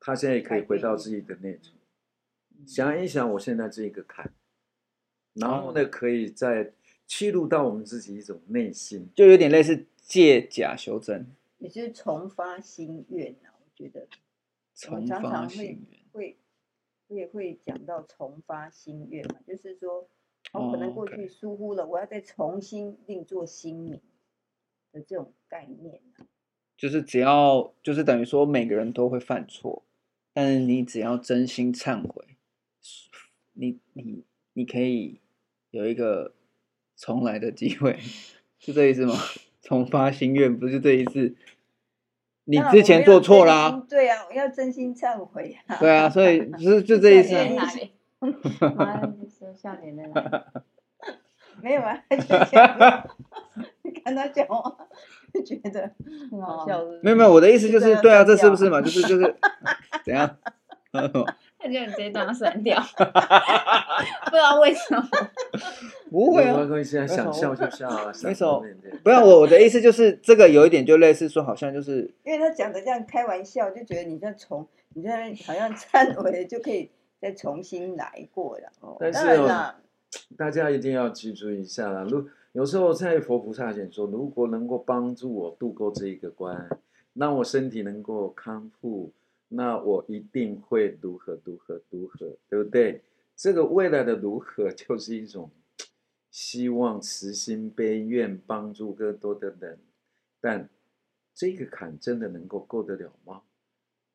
Speaker 2: 他现在可以回到自己的内心，想一想我现在这一个坎，然后
Speaker 1: 嗯
Speaker 2: 呢，可以再切入到我们自己一种内心。
Speaker 1: 就有点类似借假修真，
Speaker 3: 也就是重发心愿啊。我觉得我
Speaker 1: 重
Speaker 3: 常
Speaker 1: 发
Speaker 3: 常
Speaker 1: 心
Speaker 3: 会
Speaker 1: 愿。
Speaker 3: 会我也会讲到重发心愿嘛，就是说我可
Speaker 1: 哦
Speaker 3: 能过
Speaker 1: ，OK
Speaker 3: 去疏忽了，我要再重新另做新名。的这种概念啊、
Speaker 1: 就是只要就是等于说每个人都会犯错，但是你只要真心忏悔，你你你可以有一个重来的机会，是这意思吗？ 重发心愿不是这意思，你
Speaker 3: 当然
Speaker 1: 之
Speaker 3: 我
Speaker 1: 前
Speaker 3: 们
Speaker 1: 做
Speaker 3: 要
Speaker 1: 错
Speaker 3: 真
Speaker 1: 啦、
Speaker 3: 心对啊，我要真心忏悔 啊。
Speaker 1: 对啊，所以不是就这意思、
Speaker 3: 对
Speaker 1: 啊
Speaker 4: 哪。 里？妈的，说笑点在哪里？
Speaker 3: 没有啊，之前不是 看他讲话就觉得很好笑，
Speaker 1: 哦没有没有，我的意思就
Speaker 3: 这
Speaker 1: 是，
Speaker 3: 个
Speaker 1: 对啊，
Speaker 3: 要
Speaker 1: 这
Speaker 3: 删
Speaker 1: 是不是
Speaker 3: 掉
Speaker 1: 嘛？就是就是， 怎样？
Speaker 4: 他就你这一段要 删掉，不知道为什么。
Speaker 1: 不会
Speaker 2: 没
Speaker 1: 啊，
Speaker 2: 关系啊，
Speaker 1: 什么
Speaker 2: 想笑就笑啊，
Speaker 1: 没
Speaker 2: 想
Speaker 1: 什么
Speaker 2: 对对
Speaker 1: 不要我我的意思就是，这个有一点就类似说，好像就是
Speaker 3: 因为他讲的这样开玩笑，就觉得你在重，你在那里好像忏悔就可以再重新来过了。哦
Speaker 2: 但
Speaker 3: 当
Speaker 2: 是
Speaker 3: 然
Speaker 2: 哦
Speaker 3: 啦，
Speaker 2: 大家一定要记住一下啦。如有时候在佛菩萨前说，如果能够帮助我度过这一个关，让我身体能够康复，那我一定会如何如何如何，对不对？这个未来的如何，就是一种希望、慈心、悲愿，帮助更多的人。但这个坎真的能够过得了吗？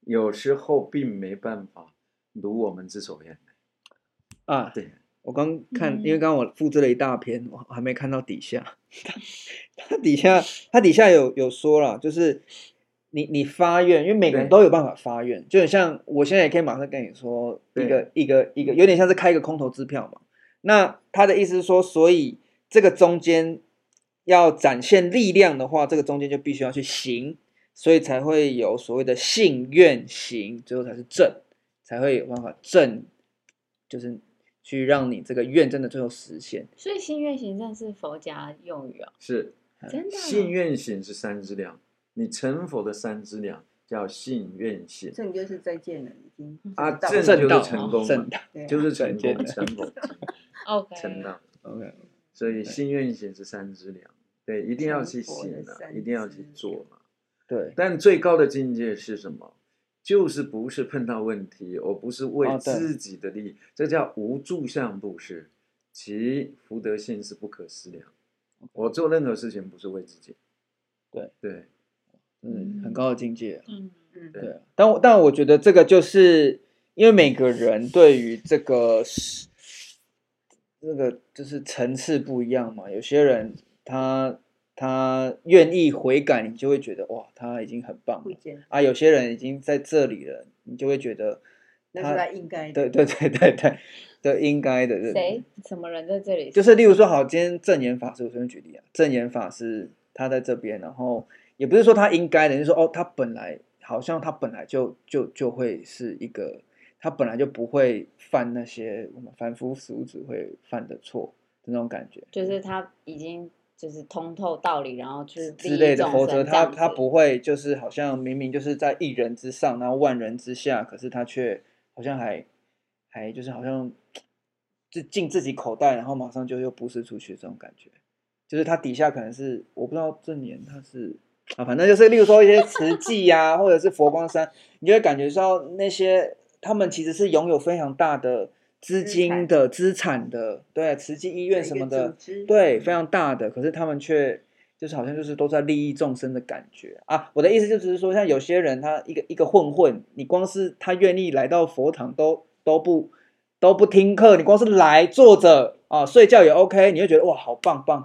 Speaker 2: 有时候并没办法，如我们之所愿。
Speaker 1: 啊，
Speaker 2: 对，
Speaker 1: 我刚看，
Speaker 4: 嗯
Speaker 1: 因为刚刚我复制了一大篇，我还没看到底下。 他底下他底下有有说了，就是你你发愿，因为每个人
Speaker 2: 对
Speaker 1: 都有办法发愿，就很像我现在也可以马上跟你说一个一个一个，有点像是开一个空头支票嘛。那他的意思是说，所以这个中间要展现力量的话，这个中间就必须要去行，所以才会有所谓的信愿行，最后才是正。才会有办法正，就是去让你这个愿真的最后实现。
Speaker 4: 所以心愿行正是佛家用语哦，
Speaker 2: 是
Speaker 1: 嗯
Speaker 4: 真的啊。
Speaker 2: 信愿行是三支两，你成佛的三支两叫信愿行
Speaker 3: 这你就是再见了，已经
Speaker 1: 嗯
Speaker 2: 啊，
Speaker 3: 到
Speaker 2: 正
Speaker 3: 了
Speaker 1: 正
Speaker 2: 就
Speaker 1: 道
Speaker 2: 是成功
Speaker 1: 哦正
Speaker 2: 嘛，
Speaker 1: 道
Speaker 3: 对啊
Speaker 2: 就是成
Speaker 1: 正
Speaker 2: 功，
Speaker 1: 见
Speaker 2: 成功，
Speaker 4: 哦 OK，
Speaker 2: 成道。
Speaker 1: ，OK，
Speaker 2: 所以信愿行是三支两，对，一定要去
Speaker 3: 成佛的
Speaker 2: 行啊，
Speaker 3: 三
Speaker 2: 一定要去
Speaker 3: 支
Speaker 2: 做嘛。
Speaker 1: 对，
Speaker 2: 但最高的境界是什么？就是不是碰到问题，我不是为
Speaker 1: 哦对
Speaker 2: 自己的利益，这叫无住相布施，其福德性是不可思量。我做任何事情不是为自己，
Speaker 1: 对
Speaker 2: 对，
Speaker 1: 嗯，很
Speaker 4: 嗯
Speaker 1: 高的境界啊。
Speaker 4: 嗯，
Speaker 3: 嗯
Speaker 2: 对
Speaker 1: 对啊，但我但我觉得这个就是因为每个人对于这个是这个就是层次不一样嘛，有些人他他愿意悔改，你就会觉得哇，他已经很棒
Speaker 3: 不
Speaker 1: 了
Speaker 3: 简单，
Speaker 1: 啊；有些人已经在这里了，你就会觉得
Speaker 3: 那是他应该的。
Speaker 1: 对对对对对对，应该的。对
Speaker 4: 谁？什么人在这里？
Speaker 1: 就是例如说，好，今天正言法师，我随便举例啊，正言法师他在这边，然后也不是说他应该的，就是说哦，他本来好像他本来就就就会是一个，他本来就不会犯那些我们凡夫俗子会犯的错的那种感觉
Speaker 4: 就是他已经就是通透道理，然后去
Speaker 1: 之类的，
Speaker 4: 利益众
Speaker 1: 否则
Speaker 4: 生
Speaker 1: 他
Speaker 4: 这样子
Speaker 1: 他不会就是好像明明就是在一人之上，然后万人之下，可是他却好像还还就是好像就进自己口袋，然后马上就又布施出去这种感觉。就是它底下可能是我不知道正言它是啊，反正就是例如说一些慈济呀、或者是佛光山，你就会感觉到那些他们其实是拥有非常大的资金的资产的，对，慈济医院什么的，，对，非常大的，可是他们却就是好像就是都在利益众生的感觉啊。我的意思就只是说，像有些人他一个一个混混，你光是他愿意来到佛堂都都不都不听课，你光是来坐着啊睡觉也 OK，你就觉得哇好棒棒。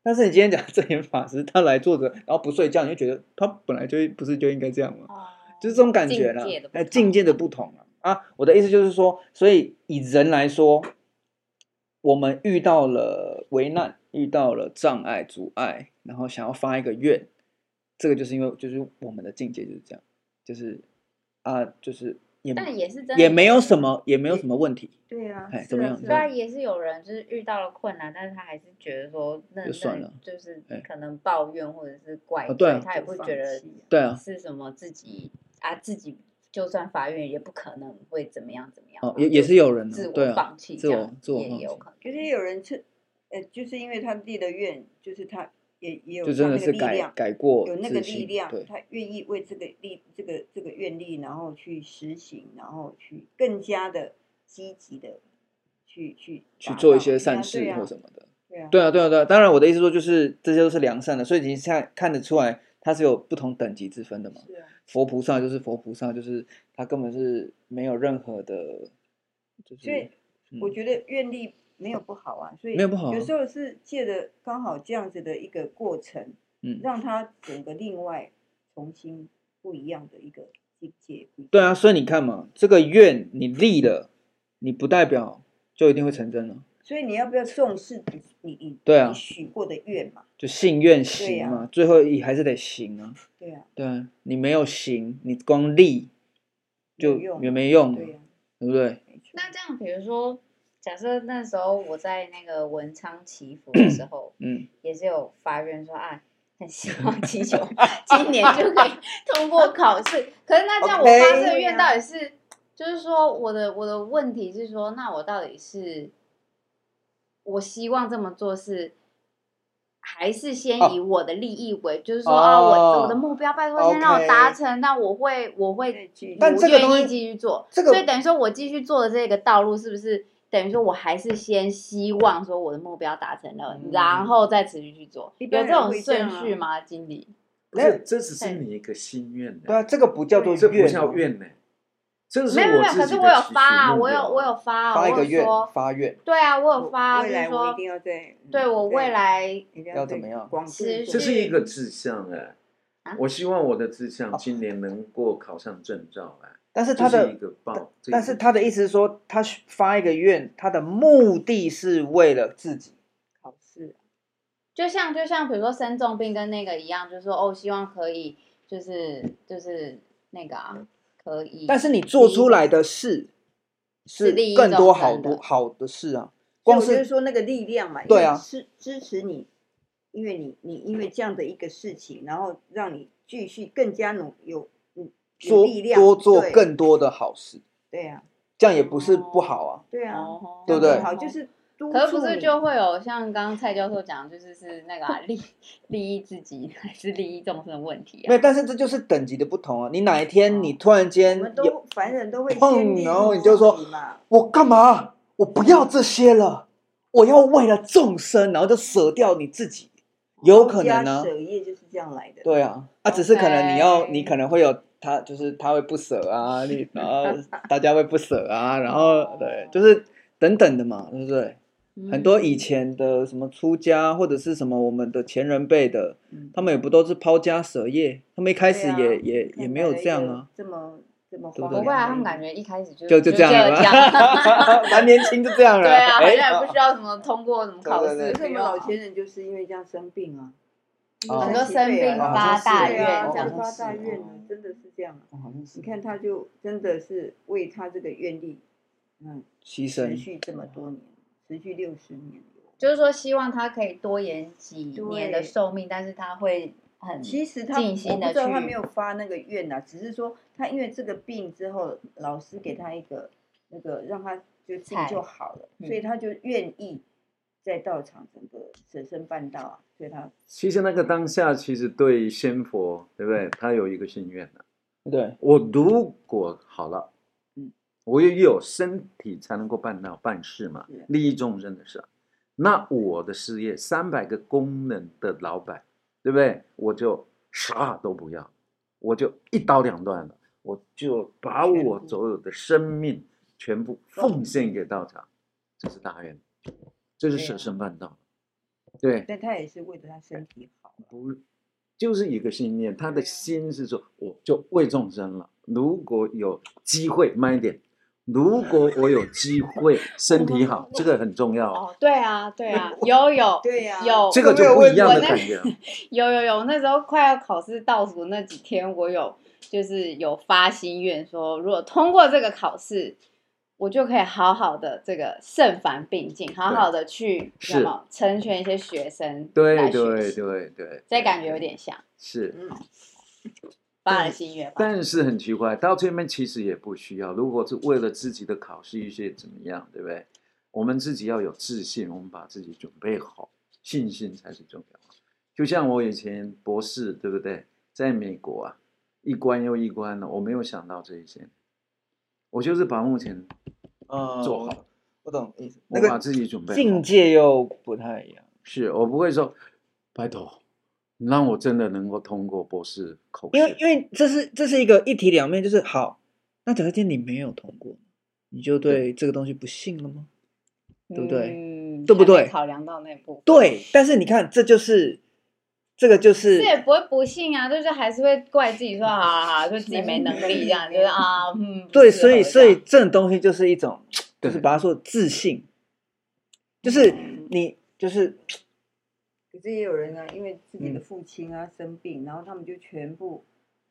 Speaker 1: 但是你今天讲 正言法师，他来坐着，然后不睡觉，你就觉得他本来就不是就应该这样吗？
Speaker 4: 哦
Speaker 1: 就是这种感觉啦
Speaker 4: 境界的，不
Speaker 1: 哎，
Speaker 4: 同
Speaker 1: 境界的不同啊。啊，我的意思就是说，所以以人来说，我们遇到了危难，遇到了障碍、阻碍，然后想要发一个愿，这个就是因为就是我们的境界就是这样，就是啊，就是也
Speaker 4: 但也是真的
Speaker 1: 也没有什么，也没有什么问题，
Speaker 3: 对啊
Speaker 1: 哎，
Speaker 3: 是
Speaker 1: 怎么
Speaker 3: 啊
Speaker 1: 样
Speaker 3: 是
Speaker 4: 对啊，
Speaker 3: 啊
Speaker 4: 也是有人就是遇到了困难，但是他还是觉得说那
Speaker 1: 就算了
Speaker 4: 那就是
Speaker 1: 哎
Speaker 4: 可能抱怨或者是怪
Speaker 1: 哦
Speaker 4: 罪，
Speaker 1: 对啊
Speaker 4: 他也不觉得
Speaker 1: 对啊，
Speaker 4: 是什么自己啊自己就算法院也不可能会怎么样怎么样嘛，
Speaker 1: 哦，也也是有人
Speaker 4: 自
Speaker 1: 啊，
Speaker 4: 我
Speaker 1: 对啊
Speaker 4: 放，弃
Speaker 1: 自
Speaker 4: 这样，
Speaker 1: 我自我
Speaker 4: 也
Speaker 1: 放
Speaker 4: 有
Speaker 1: 弃，
Speaker 4: 可能，
Speaker 3: 有些有人是，呃，就是因为他立了愿，就是他也也有
Speaker 1: 就真
Speaker 3: 他
Speaker 1: 的
Speaker 3: 那
Speaker 1: 是
Speaker 3: 个力
Speaker 1: 改
Speaker 3: 量，
Speaker 1: 改过
Speaker 3: 有那
Speaker 1: 自
Speaker 3: 个
Speaker 1: 新
Speaker 3: 力量
Speaker 1: 对，，
Speaker 3: 他愿意为这个力这个这个愿力，然后去实行，然后去更加的积极的去去
Speaker 1: 去
Speaker 3: 达
Speaker 1: 做一
Speaker 3: 到
Speaker 1: 些
Speaker 3: 对啊
Speaker 1: 善
Speaker 3: 对
Speaker 1: 事
Speaker 3: 啊
Speaker 1: 或什么的，
Speaker 3: 对啊，
Speaker 1: 对啊，对啊，对啊。当然，我的意思说就是这些都是良善的，所以你看看得出来，它是有不同等级之分的嘛。
Speaker 3: 是啊，
Speaker 1: 佛菩萨就是佛菩萨，就是他根本是没有任何的，就是
Speaker 3: 所以
Speaker 1: 嗯
Speaker 3: 我觉得愿力没有不好啊，所以
Speaker 1: 没有不好啊
Speaker 3: 有时候是借着刚好这样子的一个过程，
Speaker 1: 嗯，
Speaker 3: 让他整个另外重新不一样的一个境界。
Speaker 1: 对啊，所以你看嘛，这个愿你立了，你不代表就一定会成真了，
Speaker 3: 所以你要不要重视你你你
Speaker 1: 对啊
Speaker 3: 你许过的愿嘛？
Speaker 1: 就信愿
Speaker 3: 对
Speaker 1: 行
Speaker 3: 呀
Speaker 1: 嘛，最后也还是得行啊。
Speaker 3: 对啊，
Speaker 1: 对啊，你没有行，你光立就
Speaker 3: 没有用
Speaker 1: 也没用，
Speaker 3: 对啊，
Speaker 1: 对不对？
Speaker 3: 没错。
Speaker 4: 那这样，比如说，假设那时候我在那个文昌祈福的时候，
Speaker 1: 嗯，
Speaker 4: 也是有发愿说，啊，很希望祈求 今年就可以通过考试。可是那这样，我
Speaker 1: OK
Speaker 4: 发这个愿到底是，就是说我的我的问题是说，那我到底是我希望这么做是？还是先以我的利益为，就是说啊，我
Speaker 1: 哦
Speaker 4: 我的目标，拜托先让我达
Speaker 1: OK
Speaker 4: 成，那我会我会
Speaker 3: 再继续
Speaker 1: 但
Speaker 4: 我
Speaker 1: 这个
Speaker 4: 愿
Speaker 1: 东西
Speaker 4: 意继续做，
Speaker 1: 这个
Speaker 4: 所以等于说我继续做的这个道路，是不是等于说我还是先希望说我的目标达成了，
Speaker 1: 嗯
Speaker 4: 然后再持续去做？
Speaker 3: 一
Speaker 4: 有
Speaker 3: 般
Speaker 4: 这
Speaker 3: 人
Speaker 4: 种
Speaker 3: 会这样
Speaker 4: 顺
Speaker 3: 啊
Speaker 4: 序吗，经理？
Speaker 2: 不
Speaker 1: 哎
Speaker 2: 是，这只是
Speaker 4: 对
Speaker 2: 你一个心愿
Speaker 1: 对啊，
Speaker 2: 的，
Speaker 1: 这个不叫做
Speaker 2: 这不
Speaker 1: 愿
Speaker 3: 哦
Speaker 2: 叫
Speaker 1: 啊，
Speaker 2: 愿呢。这个是
Speaker 4: 没有没有，
Speaker 2: 我
Speaker 4: 可
Speaker 2: 自
Speaker 4: 是
Speaker 2: 己
Speaker 4: 我有
Speaker 2: 的期
Speaker 4: 发啊，
Speaker 2: 许目
Speaker 4: 我有
Speaker 2: 标
Speaker 4: 我有发啊，
Speaker 1: 发
Speaker 4: 我
Speaker 1: 一个
Speaker 4: 有
Speaker 1: 愿，
Speaker 4: 说，
Speaker 1: 发愿。
Speaker 4: 对啊，我有
Speaker 3: 我
Speaker 4: 发啊，
Speaker 3: 未
Speaker 4: 就
Speaker 3: 来我
Speaker 4: 是
Speaker 3: 一
Speaker 4: 说
Speaker 3: 定，要在嗯啊
Speaker 4: 对我未来
Speaker 3: 一定
Speaker 1: 要
Speaker 3: 对
Speaker 1: 怎么样
Speaker 3: 广度
Speaker 4: 持
Speaker 2: 这
Speaker 3: 做
Speaker 2: 是一个志向哎
Speaker 4: 啊。
Speaker 2: 我希望我的志向今年能够考上证照哎，
Speaker 1: 但是他
Speaker 2: 这
Speaker 1: 的
Speaker 2: 是一个报。这
Speaker 1: 但
Speaker 2: 个
Speaker 1: 是他的意思是说，他发一个愿，他的目的是为了自己。
Speaker 3: 考试啊，
Speaker 4: 就像就像比如说生重病跟那个一样，就是说哦，希望可以，就是就是那个啊，
Speaker 3: 嗯
Speaker 4: 可以，
Speaker 1: 但是你做出来的事
Speaker 4: 是利益
Speaker 1: 更多
Speaker 4: 众
Speaker 1: 好
Speaker 4: 生的
Speaker 1: 多好的事啊，
Speaker 3: 所以
Speaker 1: 光
Speaker 3: 我就是是说那个力量嘛，因
Speaker 1: 对
Speaker 3: 为
Speaker 1: 啊
Speaker 3: 支支持你，因为你你因为这样的一个事情，然后让你继续更加努有嗯有
Speaker 1: 做
Speaker 3: 力量
Speaker 1: 多做
Speaker 3: 对
Speaker 1: 更多的好事，
Speaker 3: 对啊
Speaker 1: 这样也不是不好啊。
Speaker 3: 对啊，
Speaker 4: 哦
Speaker 1: 对不对
Speaker 3: 好就是督
Speaker 4: 可是
Speaker 3: 促
Speaker 4: 不是
Speaker 3: 你
Speaker 4: 就会有像刚刚蔡教授讲，就是是那个、啊、利利益自己 还是利益众生的问题
Speaker 1: 没
Speaker 4: 啊？
Speaker 1: 有，但是这就是等级的不同啊。你哪一天
Speaker 4: 哦
Speaker 1: 你突然
Speaker 3: 我
Speaker 1: 间
Speaker 3: 们
Speaker 1: 有
Speaker 3: 都凡人都会
Speaker 1: 碰
Speaker 3: 先利益
Speaker 1: 然后你就说
Speaker 3: 自己嘛，
Speaker 1: 我干嘛？我不要这些了，我要为了众生，然后就舍掉你自己，有可能呢、
Speaker 3: 抛哦家舍业就是这样来的。
Speaker 1: 对啊，啊，只是可能你要，
Speaker 4: OK
Speaker 1: 你可能会有他，就是他会不舍啊，你然后大家会不舍啊，然后对，就是等等的嘛，对不对？很
Speaker 4: 嗯
Speaker 1: 多以前的什么出家或者是什么我们的前人辈的，
Speaker 3: 嗯，
Speaker 1: 他们也不都是抛家舍业，他们一开始
Speaker 3: 对
Speaker 1: 也
Speaker 3: 啊
Speaker 1: 也也没有这样啊，，
Speaker 3: 这么这么
Speaker 1: 对不
Speaker 3: 荒
Speaker 1: 对
Speaker 4: 不
Speaker 3: 凉的一
Speaker 4: 会啊，他们
Speaker 3: 个
Speaker 4: 感觉一开始就
Speaker 1: 就就这样了
Speaker 4: 这样
Speaker 1: 吧， 蛮年轻就这样了，
Speaker 4: 对啊，好
Speaker 1: 哎
Speaker 4: 像也不需要什么通过什么考试，
Speaker 1: 对
Speaker 3: 可是我
Speaker 4: 不
Speaker 3: 们
Speaker 4: 用啊
Speaker 3: 老前人就是因为这样生病啊，
Speaker 1: 哦
Speaker 4: 很多生病
Speaker 1: 哦
Speaker 4: 发大
Speaker 3: 对
Speaker 4: 愿
Speaker 3: 啊，
Speaker 4: 这样
Speaker 3: 就
Speaker 4: 子
Speaker 3: 发大
Speaker 1: 好像是
Speaker 3: 愿
Speaker 1: 哦
Speaker 3: 啊，真的是这样啊。
Speaker 1: 哦好像是
Speaker 3: 你看他就真的是为他这个愿力，嗯，
Speaker 1: 牺
Speaker 3: 持
Speaker 1: 牲，
Speaker 3: 续这么多年，持续六十年。
Speaker 4: 就是说希望他可以多延几年的
Speaker 3: 对
Speaker 4: 寿命，但是他会很
Speaker 3: 其实他
Speaker 4: 尽
Speaker 3: 我
Speaker 4: 心
Speaker 3: 不
Speaker 4: 的
Speaker 3: 知
Speaker 4: 去
Speaker 3: 道他没有发那个愿啊，只是说他因为这个病之后，老师给他一个那个让他就自己
Speaker 4: 菜
Speaker 3: 就好了，
Speaker 4: 嗯
Speaker 3: 所以他就愿意在道场整个舍身办道啊，所以他
Speaker 2: 其实那个当下，其实对仙佛，对不对？他有一个心愿的。
Speaker 1: 对，
Speaker 2: 我如果好了，
Speaker 1: 嗯，
Speaker 2: 我也有身体才能够办到办事嘛
Speaker 3: 是，
Speaker 2: 利益众生的事。那我的事业，三百个工人的老板，对不对？我就啥都不要，我就一刀两断了，我就把
Speaker 3: 全部
Speaker 2: 我所有的生命全部奉献给道场，这是大愿，这是
Speaker 3: 对啊
Speaker 2: 舍身办道，对。
Speaker 3: 但他也是为了他身体好啊，
Speaker 2: 不就是一个信念，他的
Speaker 3: 对啊
Speaker 2: 心是说，我就为众生了。如果有机会，慢一点。如果我有机会，身体好，这个很重要。
Speaker 4: 哦，对啊，对啊，有有
Speaker 3: 对呀
Speaker 4: 有
Speaker 2: 这个就不一样的感觉。
Speaker 4: 有有有，那时候快要考试倒数那几天，我有就是有发心愿说，如果通过这个考试，我就可以好好的这个慎繁并进，好好的去
Speaker 2: 是
Speaker 4: 什么成全一些学生来学
Speaker 2: 对对
Speaker 4: 习，
Speaker 2: 对对，
Speaker 4: 这感觉有点像
Speaker 2: 是。
Speaker 3: 嗯，
Speaker 4: 发了心愿吧。
Speaker 2: 但是很奇怪，到这边其实也不需要。如果是为了自己的考试一些怎么样，对不对？我们自己要有自信，我们把自己准备好，信心才是重要。就像我以前博士，对不对？在美国啊，一关又一关的，我没有想到这一些，我就是把目前
Speaker 1: 嗯，
Speaker 2: 做好。
Speaker 1: 我懂意思，那
Speaker 2: 我把
Speaker 1: 个
Speaker 2: 自己准备好
Speaker 1: 境界又不太一样。
Speaker 2: 是我不会说，拜托，你让我真的能够通过博士口试，
Speaker 1: 因为因为这是这是一个一体两面，就是好，那假设今天你没有通过，你就对这个东西不信了吗？对不对
Speaker 5: 嗯，
Speaker 1: 对不
Speaker 5: 还没
Speaker 1: 对
Speaker 5: 考量到那部分，
Speaker 1: 对，但是你看，这就是这个就是
Speaker 5: 这也不会不信啊，就是还是会怪自己说，
Speaker 4: 啊
Speaker 5: 好好好，就自己没能力这样，就是啊，嗯，不
Speaker 1: 对，
Speaker 5: 适
Speaker 1: 所以
Speaker 5: 合
Speaker 1: 所
Speaker 5: 这
Speaker 1: 以
Speaker 5: 样
Speaker 1: 这种东西就是一种，
Speaker 2: 对
Speaker 1: 就是把它说自信，就是你就是
Speaker 3: 可是也有人呢，啊因为自
Speaker 1: 嗯
Speaker 3: 己的父亲啊生病，然后他们就全部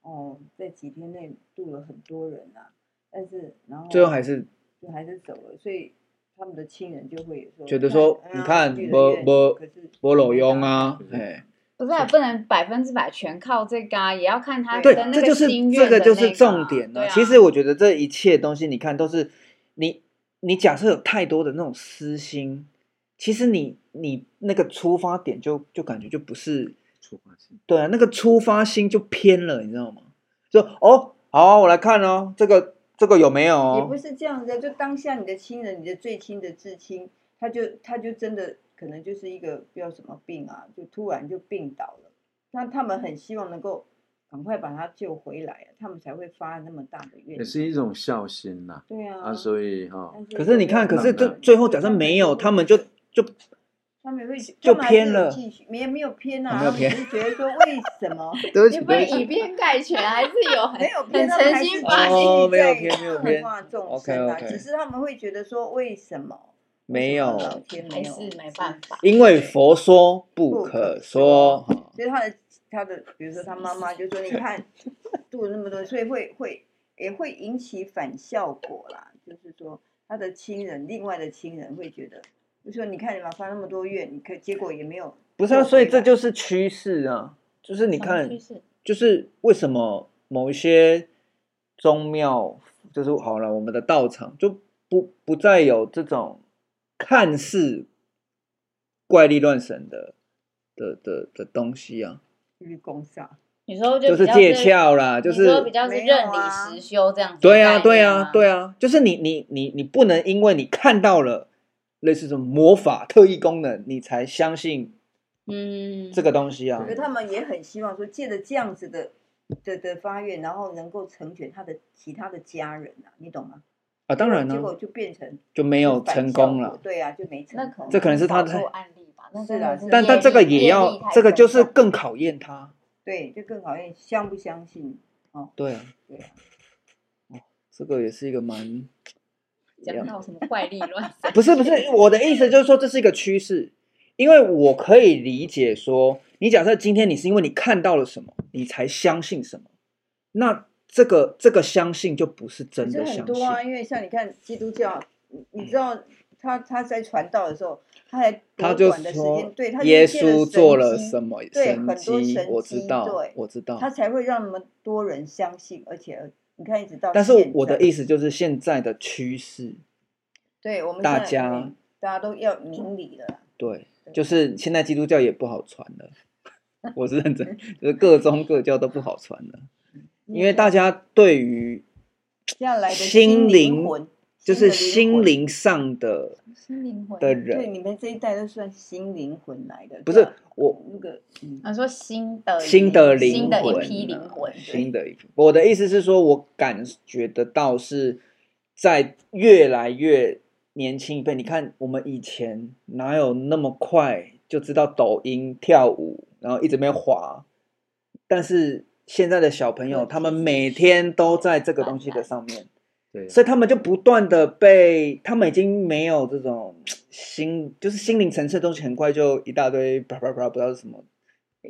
Speaker 3: 哦，在几天内度了很多人啊，但是然后
Speaker 1: 最后还是
Speaker 3: 就还是走了，所以他们的亲人就会说
Speaker 1: 觉得说，
Speaker 3: 哎
Speaker 1: 你
Speaker 3: 呀
Speaker 1: 看
Speaker 3: 去了
Speaker 1: 我
Speaker 3: 院
Speaker 1: 我
Speaker 3: 可是
Speaker 1: 我裸用
Speaker 3: 没拿
Speaker 1: 啊
Speaker 2: 嗯，
Speaker 1: 哎，
Speaker 4: 不是啊不能百分之百全靠这个啊，也要看他
Speaker 1: 对
Speaker 4: 的，那
Speaker 1: 这
Speaker 4: 个
Speaker 1: 就是
Speaker 4: 心
Speaker 1: 这
Speaker 4: 愿的
Speaker 1: 个
Speaker 4: 那
Speaker 1: 就是重
Speaker 4: 啊
Speaker 1: 点
Speaker 4: 对啊。
Speaker 1: 其实我觉得这一切东西，你看都是你你假设有太多的那种私心，其实你你那个出发点就就感觉就不是
Speaker 2: 出发心
Speaker 1: 对啊，那个出发心就偏了，你知道吗？就哦，好啊、我来看哦，这个这个有没有、
Speaker 3: 也不
Speaker 1: 哦？
Speaker 3: 是这样啊的，就当下你的亲人，你的最亲的至亲，他就他就真的可能就是一个不知道什么病啊，就突然就病倒了。那他们很希望能够赶快把他救回来，啊他们才会发那么大的愿
Speaker 2: 也。是一种孝心呐、
Speaker 3: 对啊，
Speaker 2: 啊，所以哈、
Speaker 3: 但
Speaker 1: 可是你看，可
Speaker 3: 有没有啊
Speaker 1: 是
Speaker 2: 这
Speaker 1: 最最后假设没有，他们就就
Speaker 3: 他们会
Speaker 1: 就
Speaker 3: 他们还是
Speaker 1: 偏了
Speaker 3: 有继续也没有偏啊，
Speaker 1: 没有
Speaker 3: 他们
Speaker 1: 偏
Speaker 3: 只是觉得说为什么
Speaker 1: 对不
Speaker 5: 你
Speaker 1: 起，
Speaker 5: 不会
Speaker 1: 对不起
Speaker 5: 以偏概全，还是有很
Speaker 3: 没有
Speaker 5: 很
Speaker 3: 偏，他们
Speaker 5: 诚
Speaker 3: 还是
Speaker 5: 心
Speaker 3: 继
Speaker 5: 把
Speaker 1: 哦
Speaker 5: 心。
Speaker 3: 续
Speaker 1: 没有
Speaker 3: 在
Speaker 1: 偏没有
Speaker 3: 刻
Speaker 1: 偏
Speaker 3: 画众生啊，
Speaker 1: OK，OK
Speaker 3: 只是他们会觉得说为什么
Speaker 1: 没
Speaker 3: 为什
Speaker 1: 有
Speaker 3: 么，老天没
Speaker 5: 还
Speaker 3: 有
Speaker 5: 是没办法，
Speaker 1: 因为佛说
Speaker 3: 不
Speaker 1: 不
Speaker 3: 可
Speaker 1: 可说。哈
Speaker 3: 所以他的他的，比如说他妈妈就说，你 看度了那么多，所以会会也会引起反效果啦。就是说他的亲人，另外的亲人会觉得，就说你看你妈发那么多愿，你可结果也没有
Speaker 1: 不是啊，所以这就是趋势啊，就是
Speaker 4: 哦
Speaker 1: 你看，就是为什么某一些宗庙，就是好了，我们的道场就不不再有这种看似怪力乱神的的的的东西啊，
Speaker 3: 去攻杀。
Speaker 4: 你说
Speaker 1: 就
Speaker 4: 比
Speaker 1: 是
Speaker 4: 较
Speaker 1: 借壳啦，就
Speaker 4: 你
Speaker 1: 是
Speaker 4: 说比较是
Speaker 3: 没有
Speaker 4: 认
Speaker 3: 啊
Speaker 4: 理实修这样子的
Speaker 1: 对啊，
Speaker 4: 概
Speaker 1: 对
Speaker 4: 念
Speaker 1: 啊
Speaker 4: 吗，
Speaker 1: 对啊，就是你你你你不能因为你看到了类似这种魔法特异功能，你才相信
Speaker 4: 嗯，
Speaker 1: 这个东西啊
Speaker 3: 可。是他们也很希望说，借着这样子的的的发愿，然后能够成全他的其他的家人啊，你懂吗？
Speaker 1: 啊，当然呢、
Speaker 3: 结果就变成
Speaker 1: 就没有
Speaker 3: 反
Speaker 1: 成
Speaker 3: 效
Speaker 1: 功
Speaker 3: 果
Speaker 1: 了。
Speaker 3: 对啊，就没成功。
Speaker 1: 这可能是他的
Speaker 5: 做案例吧，那
Speaker 3: 是
Speaker 5: 真
Speaker 3: 啊
Speaker 5: 的是
Speaker 3: 是
Speaker 1: 但
Speaker 5: 业
Speaker 1: 但这个
Speaker 5: 力
Speaker 1: 也
Speaker 5: 业
Speaker 1: 要
Speaker 5: 力太，
Speaker 1: 这个
Speaker 5: 深
Speaker 1: 就是
Speaker 5: 重
Speaker 1: 更考验他。
Speaker 3: 对，就更考验相不相信。
Speaker 1: 对啊，
Speaker 3: 对啊
Speaker 1: 哦这个也是一个蛮，，
Speaker 4: 讲到什么怪力乱神
Speaker 1: 不是不是，我的意思就是说这是一个趋势，因为我可以理解说，你假设今天你是因为你看到了什么，你才相信什么，那这个这个相信就不是真
Speaker 3: 可是
Speaker 1: 的
Speaker 3: 很
Speaker 1: 相信
Speaker 3: 多，啊，因为像你看基督教，你你知道他他在传道的时候，他还
Speaker 1: 他
Speaker 3: 多
Speaker 1: 就
Speaker 3: 短的时间，
Speaker 1: 说
Speaker 3: 对，他
Speaker 1: 耶
Speaker 3: 就借着
Speaker 1: 稣
Speaker 3: 神
Speaker 1: 做了
Speaker 3: 迹
Speaker 1: 什么
Speaker 3: 对很多
Speaker 1: 迹
Speaker 3: 神，
Speaker 1: 我知
Speaker 3: 迹
Speaker 1: 道
Speaker 3: 对，
Speaker 1: 我知道，
Speaker 3: 他才会让那么多人相信，而且你看一直到
Speaker 1: 但是
Speaker 3: 现
Speaker 1: 我的
Speaker 3: 在
Speaker 1: 意思就是现在的趋势，
Speaker 3: 对我们
Speaker 1: 大
Speaker 3: 现在
Speaker 1: 家
Speaker 3: 嗯大家都要明理了啦，
Speaker 1: 对，
Speaker 3: 对
Speaker 1: 就是现在基督教也不好传了。我是认真，就是各宗各教都不好传了，因为大家对于
Speaker 3: 接下来的
Speaker 1: 心
Speaker 3: 灵
Speaker 1: 灵
Speaker 3: 魂
Speaker 1: 就是
Speaker 3: 新的
Speaker 1: 心
Speaker 3: 魂
Speaker 1: 灵上的
Speaker 4: 心灵魂
Speaker 1: 的
Speaker 3: 对
Speaker 1: 人，
Speaker 3: 你们这一代都算新灵魂来的，
Speaker 1: 不是
Speaker 3: 吧
Speaker 1: 我
Speaker 3: 那个嗯，
Speaker 4: 他说新的
Speaker 1: 新的灵
Speaker 4: 新的
Speaker 1: 魂啊
Speaker 4: 一批灵魂，
Speaker 1: 新的一批。我的意思是说，我感觉得到是在越来越年轻一辈。你看，我们以前哪有那么快就知道抖音跳舞，然后一直没滑，但是现在的小朋友，他们每天都在这个东西的上面。
Speaker 2: 对，啊
Speaker 1: 所以他们就不断的被，他们已经没有这种心，就是心灵层次的东西，很快就一大堆啪啪啪，不知道是什么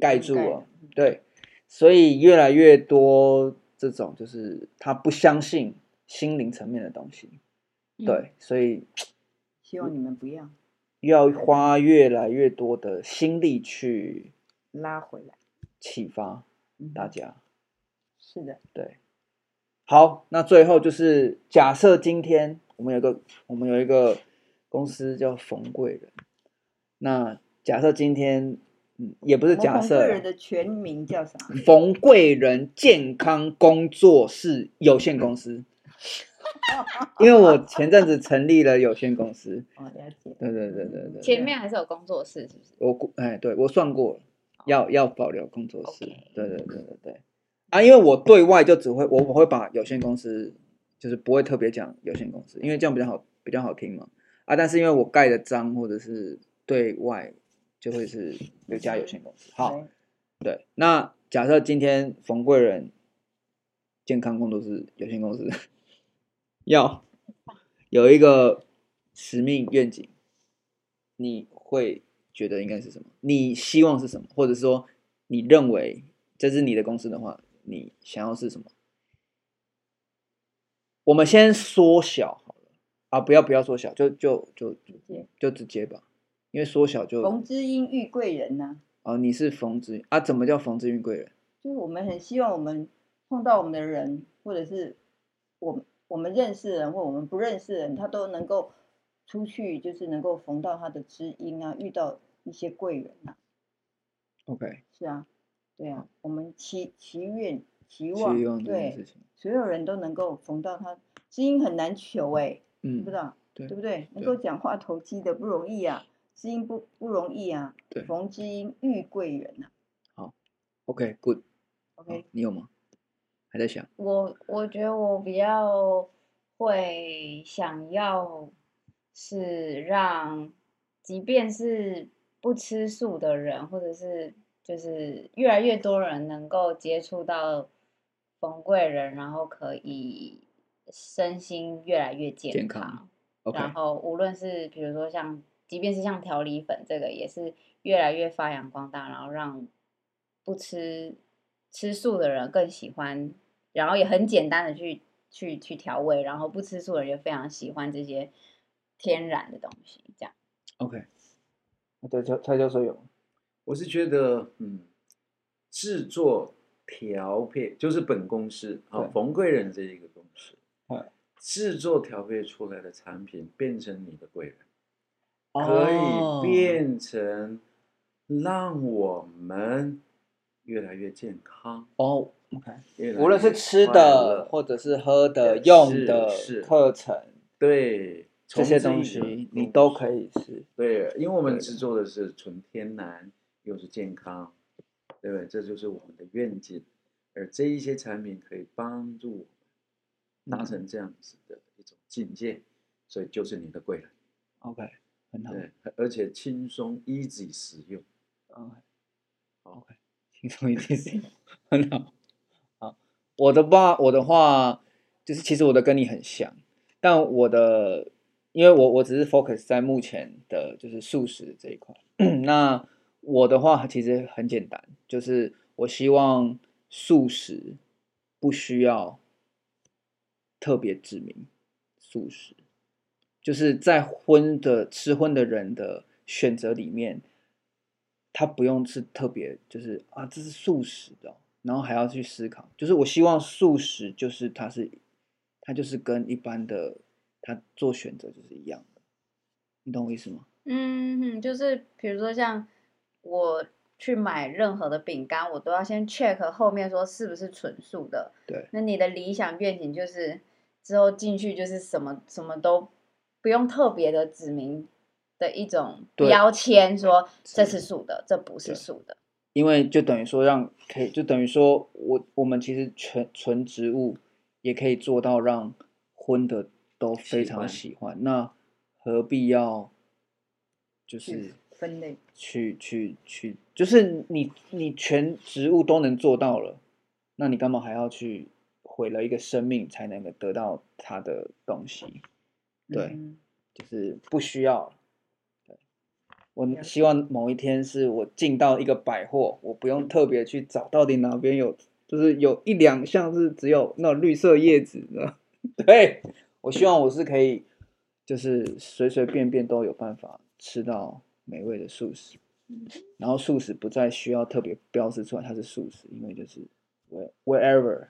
Speaker 1: 盖住
Speaker 3: 盖
Speaker 1: 了
Speaker 3: 了。
Speaker 1: 对，所以越来越多这种，就是他不相信心灵层面的东西。
Speaker 4: 嗯
Speaker 1: 对，所以
Speaker 3: 希望你们不要
Speaker 1: 要花越来越多的心力去
Speaker 3: 拉回来，
Speaker 1: 启发
Speaker 3: 嗯
Speaker 1: 大家。
Speaker 3: 是的。
Speaker 1: 对，好，那最后就是假设今天我们有个我们有一个公司叫冯贵人，那假设今天嗯也不是
Speaker 3: 我
Speaker 1: 假
Speaker 3: 冯
Speaker 1: 设
Speaker 3: 贵
Speaker 1: 啦
Speaker 3: 人，的全名叫啥？
Speaker 1: 冯贵人健康工作室有限公司，因为我前阵子成立了有限公司，
Speaker 3: 哦，了解。
Speaker 1: 对对对对对，
Speaker 4: 前面还是有工作室，是不是？
Speaker 1: 我估哎，对我算过了，要要保留工作室
Speaker 4: OK，
Speaker 1: 对对对对对，啊，因为我对外就只会我我会把有限公司，就是不会特别讲有限公司，因为这样比较好比较好听嘛，啊，但是因为我盖的章或者是对外就会是有加有限公司，好，
Speaker 3: 对，
Speaker 1: 对，那假设今天冯贵人健康工作室有限公司 要有一个使命愿景，你会觉得应该是什么？你希望是什么？或者说你认为这是你的公司的话，你想要是什么？我们先缩小好了啊，不要不要缩小，就就就就
Speaker 3: 接
Speaker 1: 就直接吧，因为缩小就
Speaker 3: 冯之英遇贵人呐、
Speaker 1: 哦，你是冯之啊？怎么叫冯之运贵人？
Speaker 3: 就是我们很希望我们碰到我们的人，或者是我们我们认识的人或我们不认识的人，他都能够出去，就是能够逢到他的知音啊，遇到一些贵人啊，
Speaker 1: OK，
Speaker 3: 是啊，对啊，我们祈祈愿、
Speaker 1: 希
Speaker 3: 祈望，
Speaker 1: 望这件事
Speaker 3: 对，
Speaker 1: 情，
Speaker 3: 所有人都能够逢到他，知音很难求哎、你
Speaker 1: 嗯
Speaker 3: 不知，道，
Speaker 1: 对
Speaker 3: 对不对？能
Speaker 1: 对
Speaker 3: 够讲话投机的不容易啊，知音不不容易啊
Speaker 1: 对，
Speaker 3: 逢知音遇贵人啊
Speaker 1: OK，Good，、
Speaker 3: ，OK，
Speaker 1: 你有吗？还在想？
Speaker 4: 我我觉得我比较会想要是让，即便是不吃素的人，或者是就是越来越多人能够接触到冯贵人，然后可以身心越来越健
Speaker 1: 健康 OK，
Speaker 4: 然后无论是比如说像，即便是像调理粉这个，也是越来越发扬光大，然后让不吃吃素的人更喜欢，然后也很简单的去去去调味，然后不吃素的人也非常喜欢这些天然的东西，这样
Speaker 1: OK，对，蔡蔡教授有吗
Speaker 2: 我是觉得，嗯，制作调配就是本公司啊
Speaker 1: 对，
Speaker 2: 冯贵人这一个公司
Speaker 1: 对，
Speaker 2: 制作调配出来的产品变成你的贵人，可
Speaker 1: 哦
Speaker 2: 以变成让我们越来越健康，
Speaker 1: 哦，OK，
Speaker 2: 越来越
Speaker 1: 无论是吃
Speaker 2: 快
Speaker 1: 的
Speaker 2: 乐
Speaker 1: 或者是喝的、
Speaker 2: 是
Speaker 1: 用的
Speaker 2: 是
Speaker 1: 课程
Speaker 2: 对
Speaker 1: 这些
Speaker 2: 从
Speaker 1: 东
Speaker 2: 一个
Speaker 1: 西，你都
Speaker 2: 公司
Speaker 1: 可以吃。
Speaker 2: 对，因为我
Speaker 1: 对
Speaker 2: 们
Speaker 1: 的
Speaker 2: 制作的是纯天然，又是健康，对不对？这就是我们的愿景，而这一些产品可以帮助我们达成这样子的一种境界，所以就是你的贵人，
Speaker 1: OK，很好，
Speaker 2: 对，而且轻松 easy 使用。
Speaker 1: 嗯
Speaker 2: 好
Speaker 1: ，OK，轻松一点，很好。好，我的话，我的话就是，其实我的跟你很像，但我的，因为我我只是 focus 在目前的就是素食这一块。 那我的话其实很简单，就是我希望素食不需要特别指明素食，就是在荤的吃荤的人的选择里面，他不用是特别就是啊，这是素食的哦、然后还要去思考，就是我希望素食就是它是它就是跟一般的他做选择就是一样的，你懂我意思吗？
Speaker 4: 嗯哼，就是比如说像我去买任何的饼干，我都要先 check 后面说是不是纯素的。
Speaker 1: 对，
Speaker 4: 那你的理想愿景就是之后进去就是什么什么都不用特别的指明的一种
Speaker 1: 对
Speaker 4: 标签，说这
Speaker 1: 是
Speaker 4: 是素的，这不
Speaker 1: 对
Speaker 4: 是素的。
Speaker 1: 因为就等于说让可以，就等于说我我们其实纯纯植物也可以做到让荤的都非
Speaker 2: 喜
Speaker 1: 常
Speaker 2: 欢
Speaker 1: 喜欢，那何必要就
Speaker 3: 去
Speaker 1: 是
Speaker 3: 分类，
Speaker 1: 去去去，就是你你全植物都能做到了，那你干嘛还要去毁了一个生命才能够得到它的东西？对，
Speaker 3: 嗯
Speaker 1: 就是不需要。对，我
Speaker 3: 了
Speaker 1: 希望某一天是我进到一个百货，我不用特别去找到底哪边有，就是有一两项是只有那种绿色叶子的。 对，我希望我是可以，就是随随便便都有办法吃到美味的素食。然后素食不再需要特别标示出来它是素食，因为就是 where- wherever，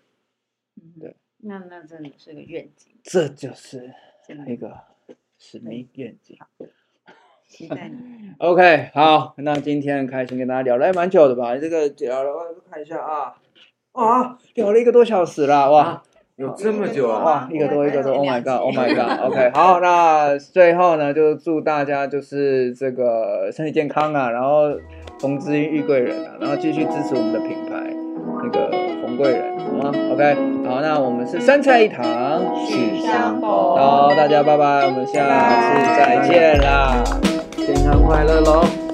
Speaker 3: 嗯
Speaker 1: 对
Speaker 4: 那那真的是个愿景，
Speaker 1: 这就是
Speaker 4: 真
Speaker 1: 那
Speaker 4: 的。
Speaker 1: 个使命愿景。
Speaker 3: 期待你。
Speaker 1: OK，好，那今天很开心跟大家聊了还蛮久的吧？这个聊了，我看一下啊，啊，聊了一个多小时了，哇！
Speaker 2: 有这么久啊？
Speaker 1: 哇，一个多一个多，Oh my God，Oh my God，OK，、好， 那最后呢，就祝大家就是这个身体健康啊，然后红之遇贵人啊，然后继续支持我们的品牌那个红贵人，好吗？OK，好，那我们是三菜一汤，
Speaker 2: 是
Speaker 5: 相
Speaker 1: 好，大家拜拜，我们下次再见啦，
Speaker 2: 健康快乐喽。